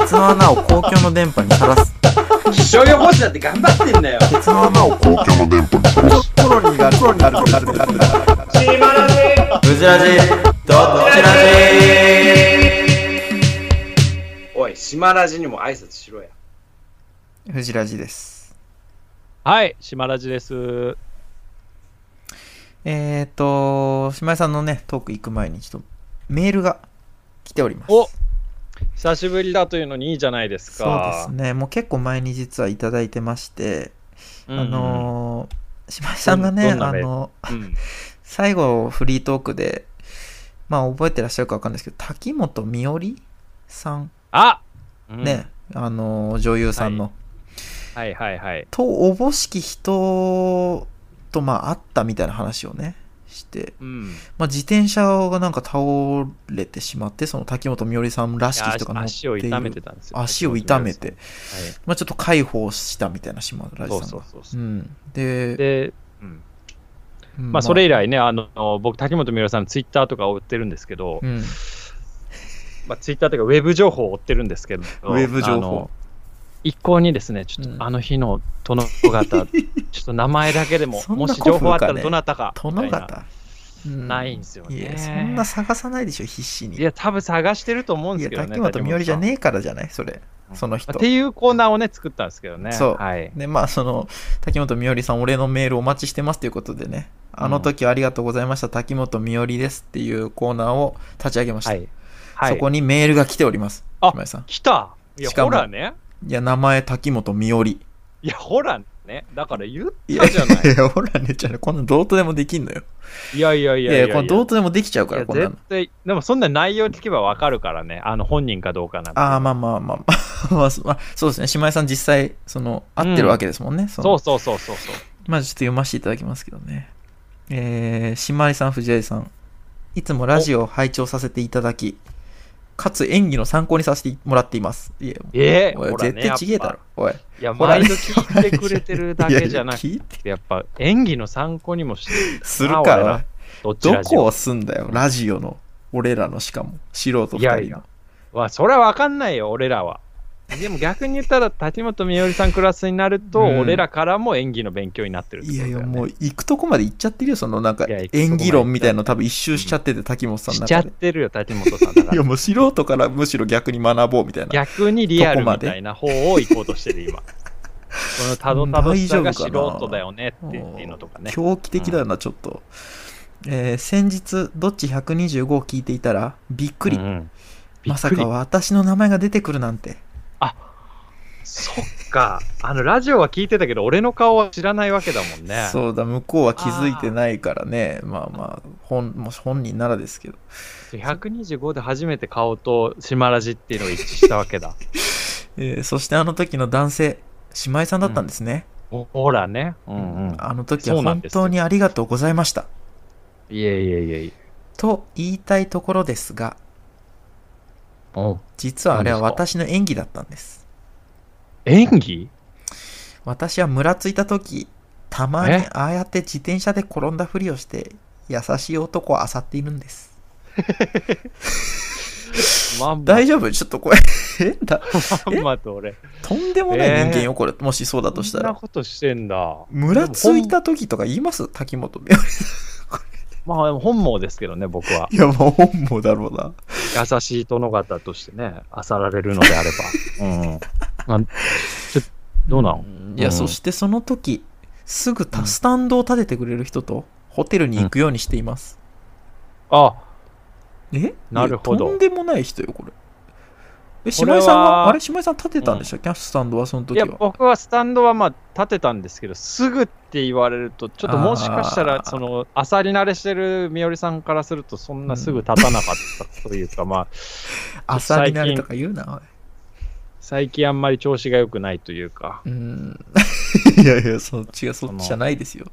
鉄の穴を公共の電波にさらす。
気象予報士だって頑張ってんだよ。
鉄の穴を公共の電波にさらす。コロニーがある、コロニーがある、コロニーがある、コロニーがある。ブジラジ、どっちラ
おい、島ラジにも挨拶しろや。
ジフジラジです。
はい島ラジです
えーと、島井さんのね、トーク行く前にちょっとメールが来ております。
お久しぶりだというのにいいじゃないです
そうで
か
すね。もう結構前に実はいただいてまして、
うん
あのー、島井さんがね、
どんな
あ
メール
の、
うん
最後フリートークで、まあ覚えてらっしゃるかわかんないですけど、滝本美織さん、
あ、うん
ね、あの、女優さんの、
はいはいはい
とおぼしき人とまあ会ったみたいな話をね、して、
うん
まあ自転車がなんか倒れてしまって、その滝本美織さんらしき人が乗ってい
足
る
を痛めてたんですよ
足を痛めて、
はい
まあちょっと解放したみたいな島田さんが。
そうそうそうそう
うん、で、
で、うん
うん
まあ、それ以来ね、あの僕、滝本美織さんのツイッターとかを追ってるんですけど、
うん、ウ
まあ、ツイッターというか、ウェブ情報を追ってるんですけど、
ェブ情
あの
報。
一向にですね、ちょっと、
うん
あの日の殿 方、ちょっと名前だけでも、
そんな
もし情報あった
古風からね
どなたか、
殿
みたいな
方。うん
ないんですよね
いや、そんな探さないでしょ、必死に。
いや、多分探してると思うん
い
です
や、
けどね。
滝本美織じゃねえからじゃないそれ
う。ん
その
滝本さんっ。
人
ていうコーナーをね、作ったんですけどね。
そう
はい。
で、まあ、その、滝本美織さん、俺のメールお待ちしてますということでね、あの時はありがとうございました、滝本美織ですっていうコーナーを立ち上げました。
はい。はい、
そこにメールが来ております。
あ
島井さん。
来たいや、
しかも
ほらね。
いや、名前、滝本美織。
いや、ほらね。だから言っ
いや
たじゃない。
いや、ほらね、じゃあね、こんなのどうとでもできんのよ。
いやいやい
い
や
や
い
い
や
や、これどうとでもできちゃうか
いや
ら、こんな
絶
の。
対、でもそんな内容聞けばわかるからね、あの本人かどうかなんて。
ああ、まあまあまあ まあ、まあ、そまあそうですね。島井さん実際、その、合ってるわけですもんね。その
そうそうそうそうそう。
まあちょっと読ませていただきますけどね。えー、島井さん、藤井さん。いつもラジオを拝聴させていただき、かつ演技の参考にさせてもらっています。いや、
ええ
おい
ほらね
絶対ちげえだ
やっ
ろ。おい。
ぱいや、
ほら
毎
ね
度聞いてくれてるだけじゃなく
いやいや聞いて
て、やっぱ演技の参考にもしてる
するか
俺
ら
ら。どっち
ど
ラジ
こ
オ
をすんだよ、ラジオの。俺らのしかも。素人二人
いや
が。
いやは、それはわかんないよ、俺らは。でも逆に言ったら、滝本美織さんクラスになると、
うん
俺らからも演技の勉強になってるって
い
ことだ
やい
よ、
や、
ね。
もう行くとこまで行っちゃってるよ、そのなんか
いや行くとこまで
演技論みたいの多分一周しちゃってて、滝本さんの
しちゃ
中
っ
で。
てるよ、滝本さんだか
いや、
ら。
もう素人からむしろ逆に学ぼうみたいな。
逆にリアル
どこま
み
で
たいな方を行こうとしてる、今。このたどたどしさが素人だよねっていうのとかね。
狂気的だよな、ちょっと。えー先日、どっち125を聞いていたら、びっくり。
うんびっ
まさ
くり
か私の名前が出てくるなんて。
そっか、あのラジオは聞いてたけど、俺の顔は知らないわけだもんね。
そうだ、向こうは気づいてないからね。まあまあ、本、もし本人ならですけど。
125で初めて顔と島ラジっていうのが一致したわ けだ。
えーそしてあの時の男性、姉妹さんだったんですね。
ほほらね。うんうん。
あの時
そ
は
うなん
本
ですよ
当にありがとうございました。
いえいえいえいえ。
と言いたいところですが、
おう
実はあれは
何で
私の演技だったんです。
演技
私はムラついた時、たまに
え
ああやって自転車で転んだふりをして、優しい男を漁っているんです。
まんま
大丈夫ちょっとこれ えだ、
まんまと俺。
とんでもない人間
え
よ、これ。もしそうだとした
そんな
ら。
ことしてんだ。
ムラついた時とか言います滝本美織。
まあ、本望ですけどね、僕は。
いや、もう本望だろうな。
優しい殿方としてね、あさられるのであれば。うん。まあ、ちょどうなの
い
う
や、
ん
そしてその時、すぐたスタンドを立ててくれる人と、ホテルに行くようにしています。
あ、
え
なるほど
いやとんでもない人よ、これ。え、島井さんは、
これは
あれ島井さん立てたんでしたっけ、スタンドはその
い
時
や、
は。
僕はスタンドはまあ立てたんですけど、すぐって言われると、ちょっともしかした
あ
ら、
ー
その、あさり慣れしてるみおりさんからすると、そんなすぐ立たなかったという か、まあ、
朝になる
最近
とか言うな、
最近あんまり調子が良くないというか、
おい。うーん。 いやいや、そっちがそっちじゃないですよ。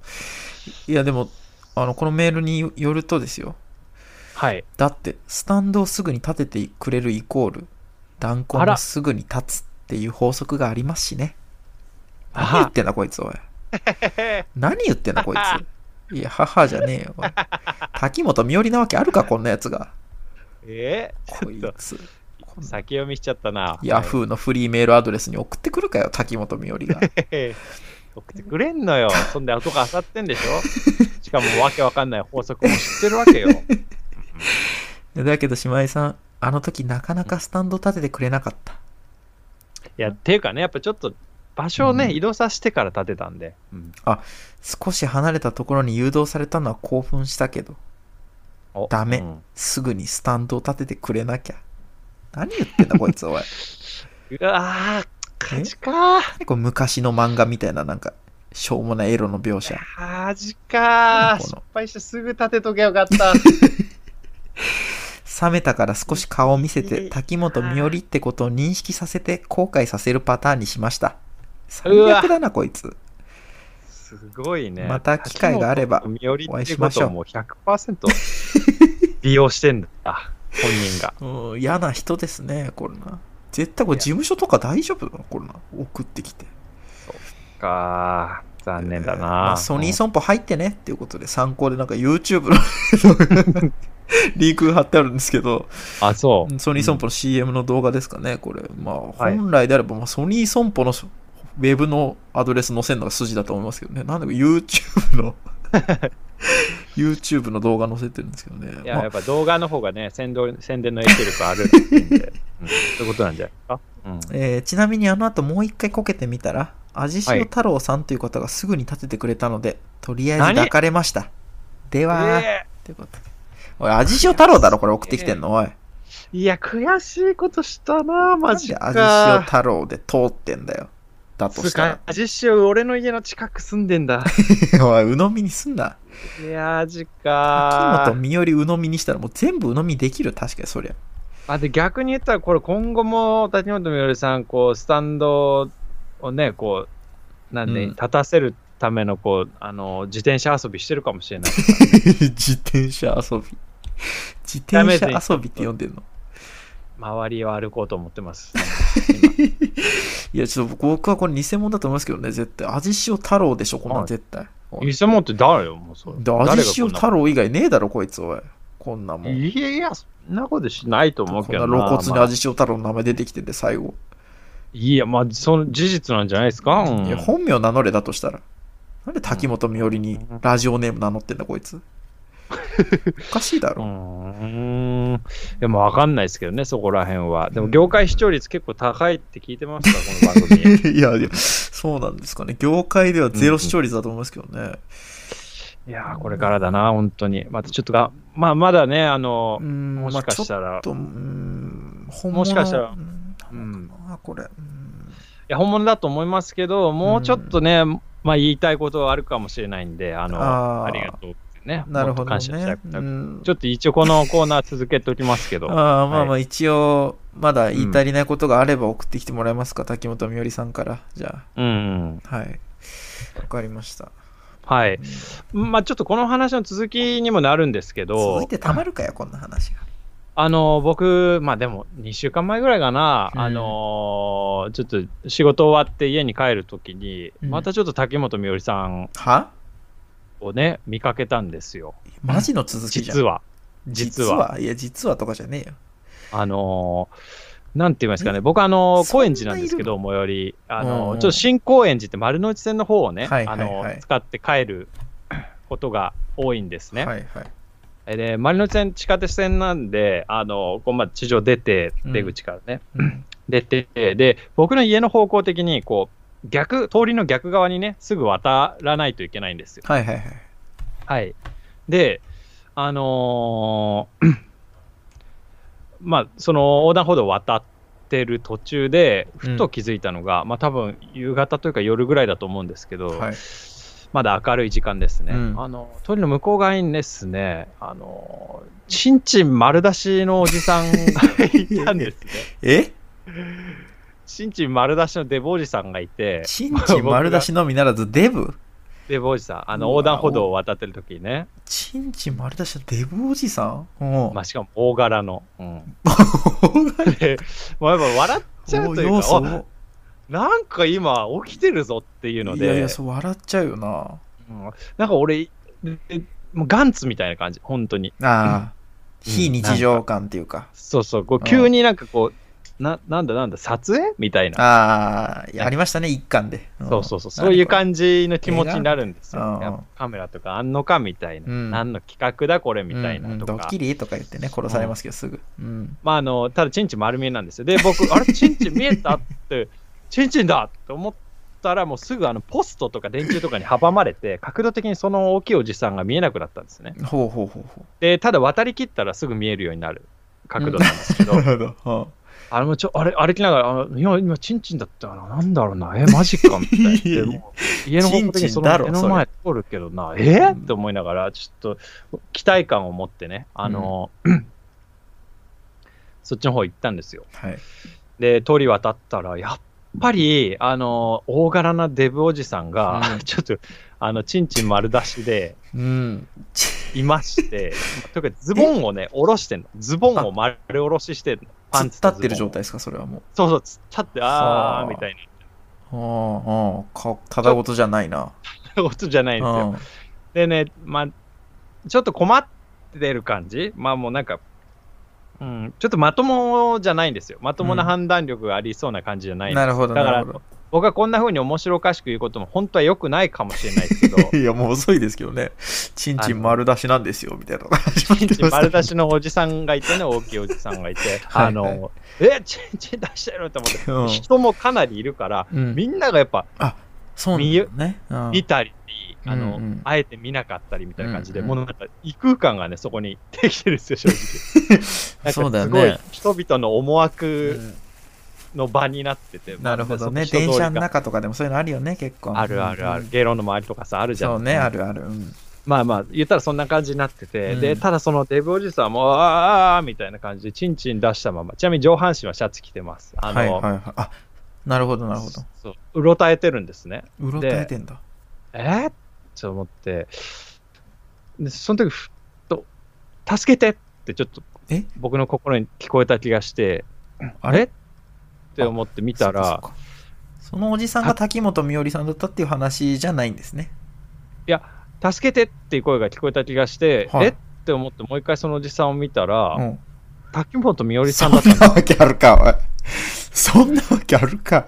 いや、でも、あの、このメールによるとですよ。
はい。
だって、スタンドをすぐに立ててくれるイコール、弾痕
あ
も
ら
すぐに立つっていう法則がありますしね。
あ
何言ってんだこいつ、おい。何言ってんだこいつ。いや、母じゃねえよ。おい滝本みおりなわけあるか、こんなやつが。
え
こ い
ちょっ
つ。こんな
先読みしちゃったな。
ヤフーのフリーメールアドレスに送ってくるかよ、滝本みおりが。
ー。送ってくれんのよ。そんで、後が漁ってんでしょしかも、わけわかんない法則も知ってるわけよ。
だけど、島井さん、あの時なかなかスタンド立ててくれなかった。
いや、っていうかね、やっぱちょっと、場所をね、
うん
移動させてから立てたんで。
少し離れたところに誘導されたのは興奮したけど、
お
ダメ
うん
すぐにスタンドを立ててくれなきゃ。何言って んだ、こいつ、おい。
うわー、カジかー。
結構昔の漫画みたいな、なんか、しょうもないエロの描写。
マジかー。
この
失敗してすぐ立てとけよかった。
冷めたから少し顔を見せ
い
て、
い
滝本みおりってことを認識させて、後悔させるパターンにしました。最
うわ
悪だな、こいつ。
すごいね。
また機会があれば
滝本みおり
お会い
って
し
こ
ましょ
と
う
をもう100% 利用してんだ。本人が。
うん嫌な人ですね、これな。絶対これ事務所とか大丈夫なのこれな。送ってきて。
かー。残念だな、
えーまあソニー
ン
ソンポ入ってねっていうことで参考でなんか YouTube の リーク貼ってあるんですけど、
あ、そう。
ソニーソンポの CM の動画ですかね、これ。まあ、
はい
本来であれば、まあ、ソニーソンポのウェブのアドレス載せるのが筋だと思いますけどね。なんで YouTube の、YouTube の動画載せてるんですけどね。
いや、
まあ
やっぱ動画の方がね、宣伝宣伝の影響力あるらしいん で、うん、そういうことなんじゃないですか。うん
えーちなみにあの後もう一回こけてみたら、味塩太郎さんという方がすぐに立ててくれたので、とりあえず抱かれました。では、
え
ってことで。おい、味塩太郎だろ、これ送ってきてんの、おい。
ーいや、悔しいことしたな、
な
マ
ん
ジ
で
か。
味塩太郎で通ってんだよ。 だと
つう
した
か、味塩、俺の家の近く住んでんだ。
ら。おい、鵜呑みにすんな。
いやー、じ
秋
か
元。みより鵜呑みにしたらもう全部鵜呑みできる、確かに そりゃ。
あ、で、逆に言ったら、これ今後も、滝本みよりさん、こう、スタンドをね、こう、なんで、
うん
立たせるための、こう、あの、自転車遊びしてるかもしれ ない。
自転車遊び。自
ダメ
転
で
車遊びって呼んでんの
周りを歩こうと思って ます。
いや、ちょっと僕はこれ偽物だと思いますけどね、絶対。味塩太郎でしょ、こんな
は
ん
い
絶対。おい
偽物って誰よ、もうそれ。
で
誰が
味
こ
塩
んな
太郎以外ねえだろ、こいつ、おい。こんなもん。
いやいや、そんなことしないと思う
こん
け
な
ど
露
な。
骨に
まあ
味塩太郎の名前出てきてて、最後。
いや、まあ、その事実なんじゃないですか。うん
いや、本名名乗れだとしたら。なんで滝本みおりにラジオネーム名乗ってんだ、こいつ。おかしいだ
う
ろ。
ーん。でもわかんないですけどね、そこら辺は。でも業界視聴率結構高いって聞いてますから、この 番組。
いや、いやそうなんですかね。業界ではゼロ視聴率だと思いますけどね。
いやー、これからだな、本当に。またちょっとが、まあ、まだね、あの
う、ん、
もしかした
ら。
ら、
まあちょっと、うん、本物
もしかしたら
うん
うん。
あ、これ。う
い
ん
や、本物だと思いますけど、もうちょっとね、まあ、言いたいことはあるかもしれないんで、あの、
あ
あ
ー
りがとうってね。
なるほど、ね。
もっと感謝したいことは
うん
ちょっと一応このコーナー続けておきますけど。
ああまあま
は
あ一応、まだ言い足りないことがあれば送ってきてもらえますか、滝本みおりさんから。じゃ
うんうん。
あ、はい。わかりました。
はい。まあちょっとこの話の続きにもなるんですけ
続
ど
い、てたまるかよ、こんな話が。
あの、僕、まあでも2週間前ぐらいかな、
うん
あのーちょっと仕事終わって家に帰るときに、
うん
またちょっと竹本みおりさん
は
をね、見かけたんですよ。
マジの続きじゃん。
実は。実は。
いや、実はとかじゃねえよ。
あのーなんて言いますかね、僕、あのー
そん
高
ない
円
る
寺なんですけど、最寄り、あ
うん
のー
うん
ちょっと新高円寺って丸の内線の方をね、
はいはいはい
あのー使って帰ることが多いんですね。
はいはい。
で丸の内線地下鉄線なんで、あのこうまあ、地上出て、
うん
出口からね、
うん
出て、で、僕の家の方向的に、こう、逆、通りの逆側にね、すぐ渡らないといけないんですよ。
はいはいはい。
はい。で、あ のーまあ、その横断歩道を渡っってる途中で、ふと気づいたのが、まあ多分夕方というか夜ぐらいだと思うんですけど、
はい
まだ明るい時間ですね。
うん
あの、通りの向こう側にですね、あの、ちんちん丸出しのおじさんが いたんですね。
え
ちんちん丸出しのデボおじさんがいて、
ちんちん丸出しのみならずデブ
デボおじさん、あの
うわ
横断歩道を渡ってる時にね、
ちんちん丸出しのデブおじさんおう
まあ、しかも大柄の。うん、でもうやっぱ笑っちゃうという
お要
か、
素
おなんか今起きてるぞっていうの
い
で、
やいやそう笑っちゃうよな
うんなんか俺、でもうガンツみたいな感じ、本当に。
ああ、
うん
非日常感っていうか
そうそう、こ
ん
う急になんかこう、ななんだなんだ、撮影みたいな。
ああいやありましたね一巻で、ん
そうそうそう、そういう感じの気持ちになるんです
映
よ。
画
やっぱカメラとかあんのかみたいな、
うん
何の企画だこれみたい
うんう
なんと
ドッ
か
キ。リとか言ってね殺されますけどすぐ、うん、
まああの、ただチンチン丸見えなんですよ。で、僕、あれ、チンチン見えたって、チンチンだと思ったら、もうすぐあのポストとか電柱とかに阻まれて、角度的にその大きいおじさんが見えなくなったんですね。
ほうほうほうほ
で、ただ渡り切ったらすぐ見えるようになる角度なんですけど
う、なるほど、
あれもちょ、あれ、歩きながら、あのいや、今、チンチンだったな、なんだろうな、え、マジか、みたい な。でもう家の方的にその
チンチンだろ
目の前通るけどな、えって思いながら、ちょっと、期待感を持ってね、あの、 そっちの方行ったんですよ。
はい、
で、通り渡ったら、やっぱり、あの、大柄なデブおじさんが、
うん
ちょっと、あの、チンチン丸出しで、
うん
いまして、というか、ズボンをね、下ろしてんの。ズボンを丸下ろししてんの。
突っ
ンツ
立
と
っ
ズ
てる
ボン
状態ですかそれはもう
そうそう、突っ立って、あ
はあ
ーみたい
ああああかただごとじゃないな
なことじゃないんですよ。
うん
でね、まあ、ちょっと困ってる感じまあもうなんか、うん、ちょっとまともじゃないんですよ。まともな判断力がありそうな感じじゃない、
なるほど
だか
な
ら
るほど
僕はこんな風に面白おかしく言うことも本当は良くないかもしれないですけど、
いやもう遅いですけどねちんちん丸出しなんですよみたいな話
チンチン丸出
し
しのおじさんがいてね、大きいおじさんがいて、
はい
あの、え、チンチン出してると思って、
うん
人もかなりいるから、
うん
みんながやっぱ
そうなんだよねうん
見たり、あの、
うんうん
あえて見なかったりみたいな感じで、
うんうん
もうなんか異空間がね、そこにできてるんですよ、正直。 なんか
そうだよ
すごい
ね
人々の思
う
惑
ん
の場になってて、ま
な
あ
るほどね
その人通
電
り
車
が
の中とかでもそういうのあるよね結構
あるあるある
う、ん
芸能の周りとかさ、あるじゃん。
そうねあるあるうん
まあまあ、言ったらそんな感じになってて、
うん
で、ただそのデブおじさんも、あーあーあーみたいな感じで、チンチン出したまま、ちなみに上半身はシャツ着てます。あの、
はいはいはいあなるほどなるほど
そう、うろたえてるんですね。
うろたえてんだ
えー、って思って、でその時ふっと、助けてってちょっと
え、
僕の心に聞こえた気がして、あれって思って見た
そっ
ら、
かそっかそのおじさんが滝本美織さんだったっていう話じゃないんですね
助けてっていう声が聞こえた気がして、
はい
えって思って、もう一回そのおじさんを見たら、
うん
滝本美織さ
そん
んだったんだ
なわけあるかおいそんなわけあるか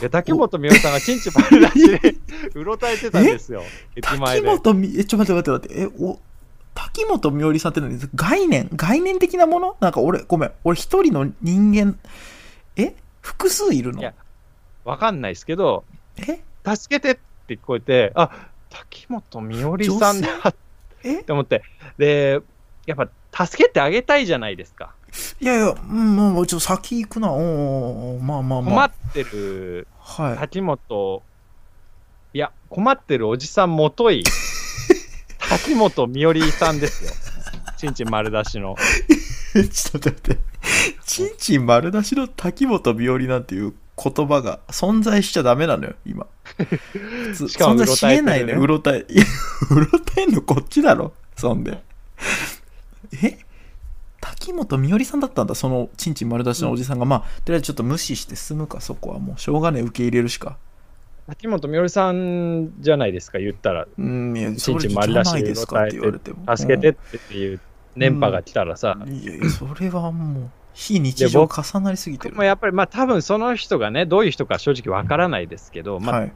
いや滝本美織さんがチンチン丸出しでうろたえてたんですよ、駅前
滝
で。
本みえちょ待って待って待ってえお滝本美織さんって何概念概念的なものなんか俺ごめん俺一人の人間え複数いるの
いやわかんないですけど、
え
助けてって聞こえて、あ滝本美織さんだっ
え
て思って、で、やっぱ助けてあげたいじゃないですか。
いやいや、うん、もうちょっと先行くな。おーおーおーまあまあま
困
あ。
ってる
はい。
滝本、いや、困ってるおじさんもとい、 滝本美織さんですよ。ちんちん丸出しの。
ちょっと待って。ちんちん丸出しの滝本美織なんていう言葉が存在しちゃダメなのよ、今。普通
しかも
存在しえないのよ、う
う
ろたえ。いや、うろたえんの こっちだろ、そんで。え滝本美織さんだったんだ、そのちんちん丸出しのおじさんが。まあ、とりあえずちょっと無視して済むか、そこはもう。しょうがねえ、受け入れるしか。
滝本美織さんじゃないですか、言ったら。
うん、いや、
ちんちん
それ
丸
じゃ
出し
ない
でう
です
ろ
か
た
っ
え
て言われて
て
も。、
助けてっていう電波が来たらさ、
いやいや、それはもう、非日常重なりすぎて
で
る。
もやっぱり、まあ多分その人がね、どういう人か正直わからないですけど、まあ
はい。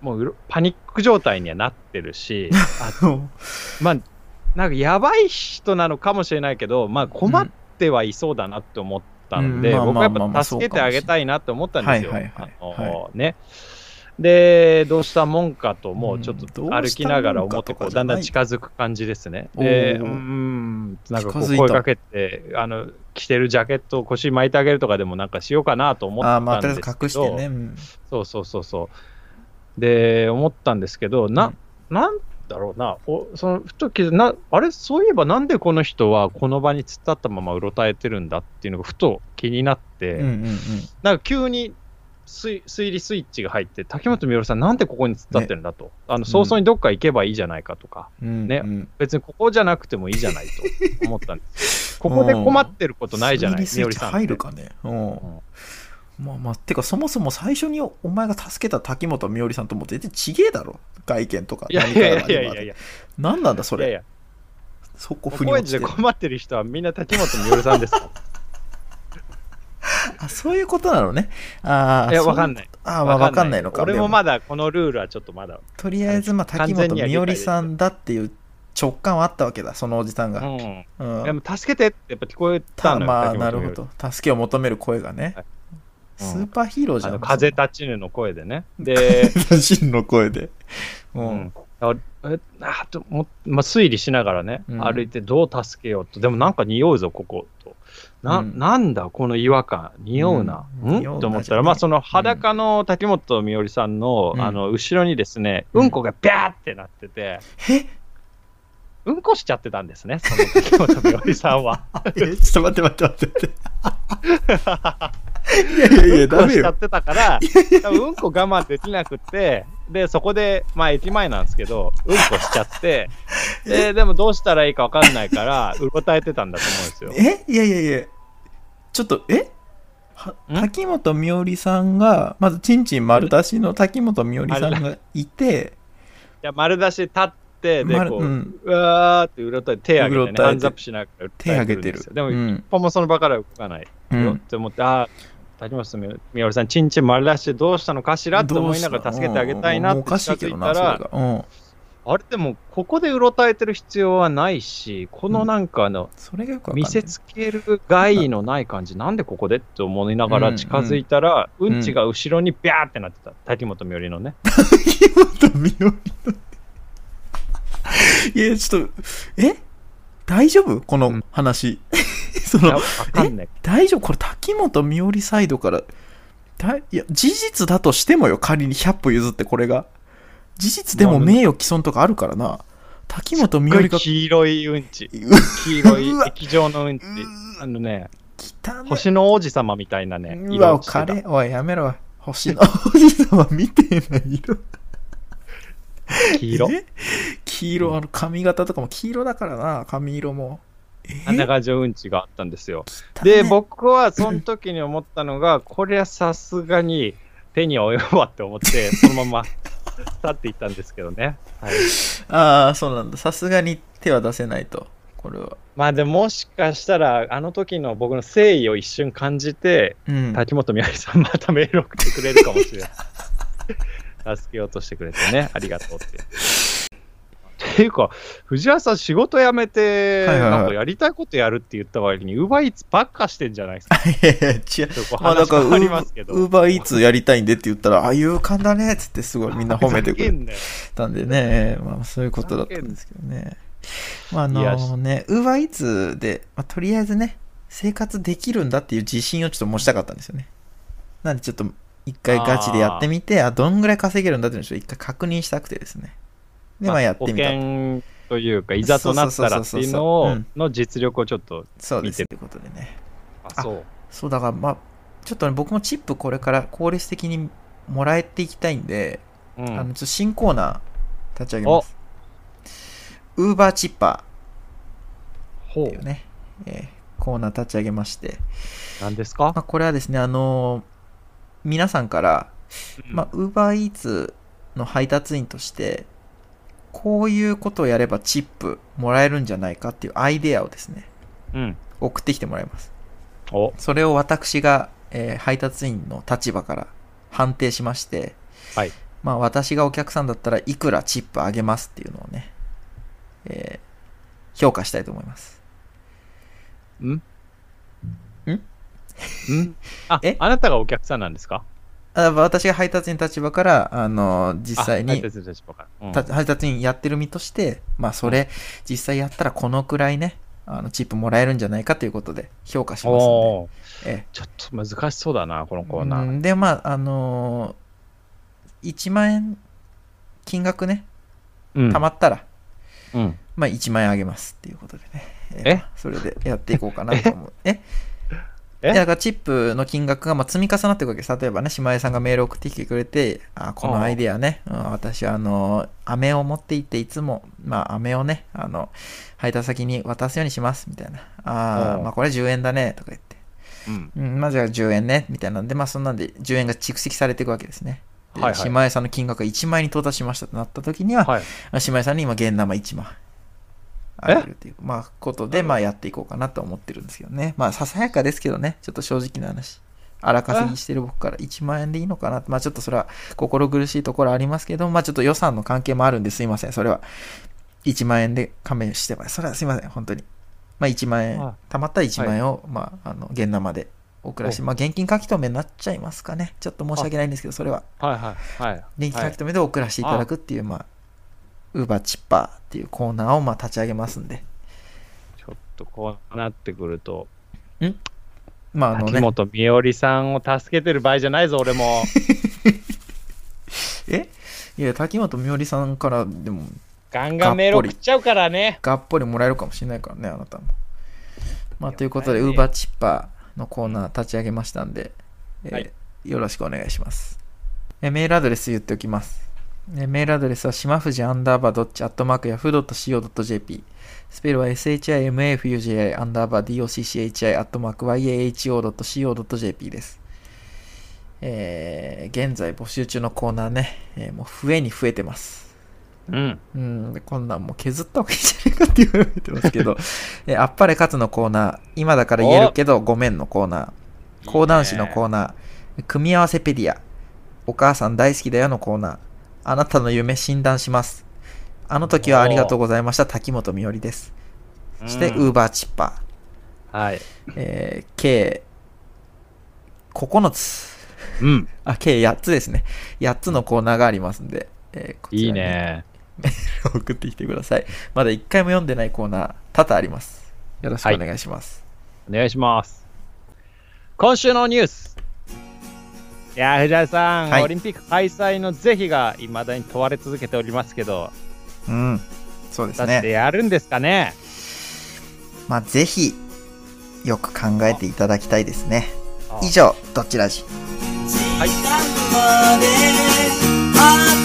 もううろパニック状態にはなってる し、あまあ、なんかやばい人なのかもしれないけど、まあ困ってはいそうだなって思ったんで、
うんうん
僕は
まあ
や
まあ
っ
まあ
ぱ助けてあげたいなって思ったんですよ。
そうかもしれない
あのね。で、どうしたもんかと、もうちょっ
う
と
んどう
歩
し
き
たもんか
ながら表
と
こ
か
う
じゃ
だん
ない
だん近づく感じですね。で、
お
うー
ー
ん、なんかこ
近づ
う
いた
声かけて、あの、着てるジャケットを腰巻いてあげるとかでもなんかしようかなと思っ
あ
た
あ、まあ、
ん
と
で
りあ
す
え
け
ず
ど、
隠してね。うん
そうそうそうそう。で、思ったんですけど、な、なんだろうな、おそのふと気づなあれ、そういえばなんでこの人はこの場に突っ立ったままうろたえてるんだっていうのがふと気になって、
うんうんうん。
なんか急に推推理スイッチが入って、竹本美織さん、なんでここに突っ立ってるんだと、あの早々にどっか行けばいいじゃないかとか、
うん
ね
うん
別にここじゃなくてもいいじゃないと思ったん です。ここで困ってることないじゃない、
ス
美
イッ
織
チ
さんって。
入るかね。うん。まあまあ、てかそもそも最初におお前が助けた滝本美織さんともう全然ちげえだろ。外見とか
いやいやいやいやいやいや、
何なんだそ
いやい
れ。
や、
そこ振り
高
落
円
ちて
寺で
る。
困ってる人はみんな滝本美織さんですか
あ、そういうことなのね。ああ、
いや、
そう
わかんない。
ああ、まあわかんないのか。
俺
で
もまだこのルールはちょっとまだ。
とりあえず、まあ、滝
完全
本
には理解
美織さんだっていう直感はあったわけだ、そのおじさん
う
が。
ん。
うん
でも助けてってやっぱ聞こえた
た
のよ。
まあ、
滝本
なる
美
ほ
織
ど。助けを求める声がね
はい。うん
スーパーヒーローじ
あ
ゃん。
の風立ちぬの声でね。 で、
真の声で。う
うんん。あえあともまあ、推理しながらね、
うん
歩いてどう助けようと、でもなんか匂うぞ、ここと。な,、
うん
ん、なんだ、この違和感、匂うな、
うん
ん
匂うな
と思っ
じゃ
た
な
ら、
い
まあ、その裸の滝本美織さんの,、
うん
あの後ろにですね、
うん
うんこがビャーってなってて、
え
うんこしちゃってたんですね、その滝本美織さんは。
えちょっと待って待って待って待って。いや いやいや、
う
ダメ
んこしちゃ
よ
っ。てたから、多分うんこ我慢できなくて、で、そこで、まあ駅前なんですけど、うんこしちゃ って、で、でもどうしたらいいかわかんないから、うろたえてたんだと思うんですよ。
えいやいやいや。ちょっと、えは
ん
滝本美織さんが、まず、ちんちん丸出しの滝本美織さんがいて、
いや丸出し立って、で、
丸
こう、
う
うんわーってうろたえて、手上
う
げ
ろ
て
た
ね、
えて
ハンズアップしながらうろ
手
た
上
え
げ
るん
て
で
る
すよ。でも、
う
一
ん
歩もその場から動かないよ
う
っ
ん
て思って、ああ、滝本みみおりさん、ちんちん丸出しでどうしたのかしらと思いながら助けてあげたいな
ど
っ
う
て
した
近
うんもうお
づいた
かしいけどな、それ
ら、
が。うん。
あれでも、ここでうろたえてる必要はないし、このなんかあの、
それがよくわかんない。
見せつける害のない感じ、なんでここでって思いながら近づいたら、うんんちが後ろにビャーってなってた、滝本美織のね。
滝本美織の。 いや、ちょっと、え大丈夫この話。 そ
いや
の
わ、かんない。
大丈夫これ滝本美織サイドからだいや事実だとしてもよ仮に100歩譲ってこれが事実でも名誉毀損とかあるからな滝本美
すっご
織
い
が
黄色いうんち、
う
黄色
う
い
わ
液状のうんち、あのね、
汚ね
星の王子様みたいなね、
うわ
色
お
をしてた
カレーおいやめろ星の王子様みてえな色
黄色。
え黄色あの髪型とかも黄色だからな髪色もえ
あんな感じのうんちがあったんですよ。
汚ね
で、僕はその時に思ったの が、こりゃさすがに手に負えばって思って、そのまま去っていったんですけどね。はい
ああそうなんださすがに手は出せないとこれは
まあでももしかしたらあの時の僕の誠意を一瞬感じて
うん
滝本美織さんまたメール送ってくれるかもしれ ない助けようとしてくれてねありがとうって。っていうか藤原さん仕事辞めて
はいはいはい
なんかやりたいことやるって言った割にウーバーイーツばっかしてんじゃないです か。
いやいや違う
ちょっとこう
まあだ
話
から
変わ
ウ
りますけ
ー
ど。
ウーバーイーツやりたいんでって言ったら、あ、勇敢だねっつってすごいみんな褒めてくれ
ふざけんなよ
たんでね、まあそういうことだったんですけどね。まああ
いや
のね、ウーバーイーツで、まあ、とりあえずね、生活できるんだっていう自信をちょっと持ちたかったんですよね。なんでちょっと一回ガチでやってみて、あどんぐらい稼げるんだっていうのをちょっと一回確認したくてですね。で、まあやってみ
保
た。
険というかいざとなったらっていうの
そうそうそうそうそう
を
うん
の実力をちょっと
そうです。
見
ということでね。
あそう
そうだからまあちょっとね僕もチップこれから効率的にもらえていきたいんで、
うん
あのちょっと新コーナー立ち上げますウーバーチッパ
ほ
ーっていうね、えーコーナー立ち上げまして、
うなんですか
まあ、これはですねあのー皆さんから
うん
まあウーバーイーツの配達員としてこういうことをやればチップもらえるんじゃないかっていうアイデアをですね
うん
送ってきてもらいます
お
それを私が、えー配達員の立場から判定しまして、
はい
まあ、私がお客さんだったらいくらチップあげますっていうのをね、えー評価したいと思います。
んあ
え
あなたがお客さんなんですか
あ私が配達員立場から、あの、実際
あはい
に
手、伝いしようかうん
た配達員やってる身として、まあ、それ、実際やったらこのくらいね、あの、チップもらえるんじゃないかということで、評価しますの
おー
で。ええ
ちょっと難しそうだな、このコーナ
う
ー。
んで、まあ、あのー、1万円、金額ね、
うん
貯まったら、
うん
まあ、1万円あげますっていうことでね。
え
まあそれでやっていこうかな と思う。え
え
いやだからチップの金額がまあ積み重なっていくわけです。例えばね、姉妹さんがメールを送ってきてくれて、あこのアイデアね、うん私はあの、飴を持って行って、いつも、まあ、飴をね、あの、配達先に渡すようにします、みたいな。あ
う
あ、
ん
まあ、これ10円だね、とか言って。
うん
うん、まあ、じゃあ10円ね、みたいなんで、まあ、そんなんで10円が蓄積されていくわけですね。で
はいはい
姉妹さんの金額が1万円に到達しましたとなった時には、
はい。
まあ姉妹さんに今、現生1万。あげるっていう、まあ、ことで、まあ、やっていこうかなと思ってるんですけどね。まあ、ささやかですけどね、ちょっと正直な話。荒稼ぎしてる僕から1万円でいいのかなまあ、ちょっとそれは心苦しいところありますけど、まあ、ちょっと予算の関係もあるんですいません。それは1万円で勘弁してます。それはすいません、本当に。まあ、1万円
あ、
たまったら1万円を、まあ、あの、現生で送らして、まあ、現金書き留めになっちゃいますかね。ちょっと申し訳ないんですけど、それは。
はいはいはい。
電気書
は
き
い
留めで送らせていただくっていう、まあ、ウーバーチッパーっていうコーナーをまあ立ち上げますんで、
ちょっとこうなってくると、
まああの
秋
ね、
元美織さんを助けてる場合じゃないぞ、俺 も。
えいや、滝本美織さんからでも、
ガンガンメール送っちゃうからね。
がっぽりもらえるかもしれないからね、あなたも。まあ、ということで、
いや
ウ
も
ー
らえ
バーチッパーのコーナー立ち上げましたんで、えー
はい
よろしくお願いします。えメールアドレス言っておきます。えメールアドレスは、しまふじアンダーバードッチアットマークヤフー .co.jp。スペルは shimafuji アンダーバー docchi アットマーク yaho.co.jp です。えー現在募集中のコーナーね、えーもう増えに増えてます。
うん。
うん、こんなんもう削った方がいいんじゃないかって言われてます けど、えあっぱれ勝つのコーナー、今だから言えるけどごめんのコーナー、講談師のコーナー、組み合わせペディア、お母さん大好きだよのコーナー、あなたの夢診断します。あの時はありがとうございました、滝本美織です。そして、
うん
ウーバーチッパ
はい。
ー、えー計9つ、
うん。
あ、計8つですね。8つのコーナーがありますんで、えーこちらに
いいね。
送ってきてください。まだ一回も読んでないコーナー、多々あります。よろしくお願いします。
お願いします。今週のニュース。いやー、藤原さん、
はい
オリンピック開催の是非がいまだに問われ続けておりますけど、
うん。そうです
だって
ね。
やるんですかね
まあ、ぜひ、よく考えていただきたいですね。
あ
以上、どっちラジ。
時間まであと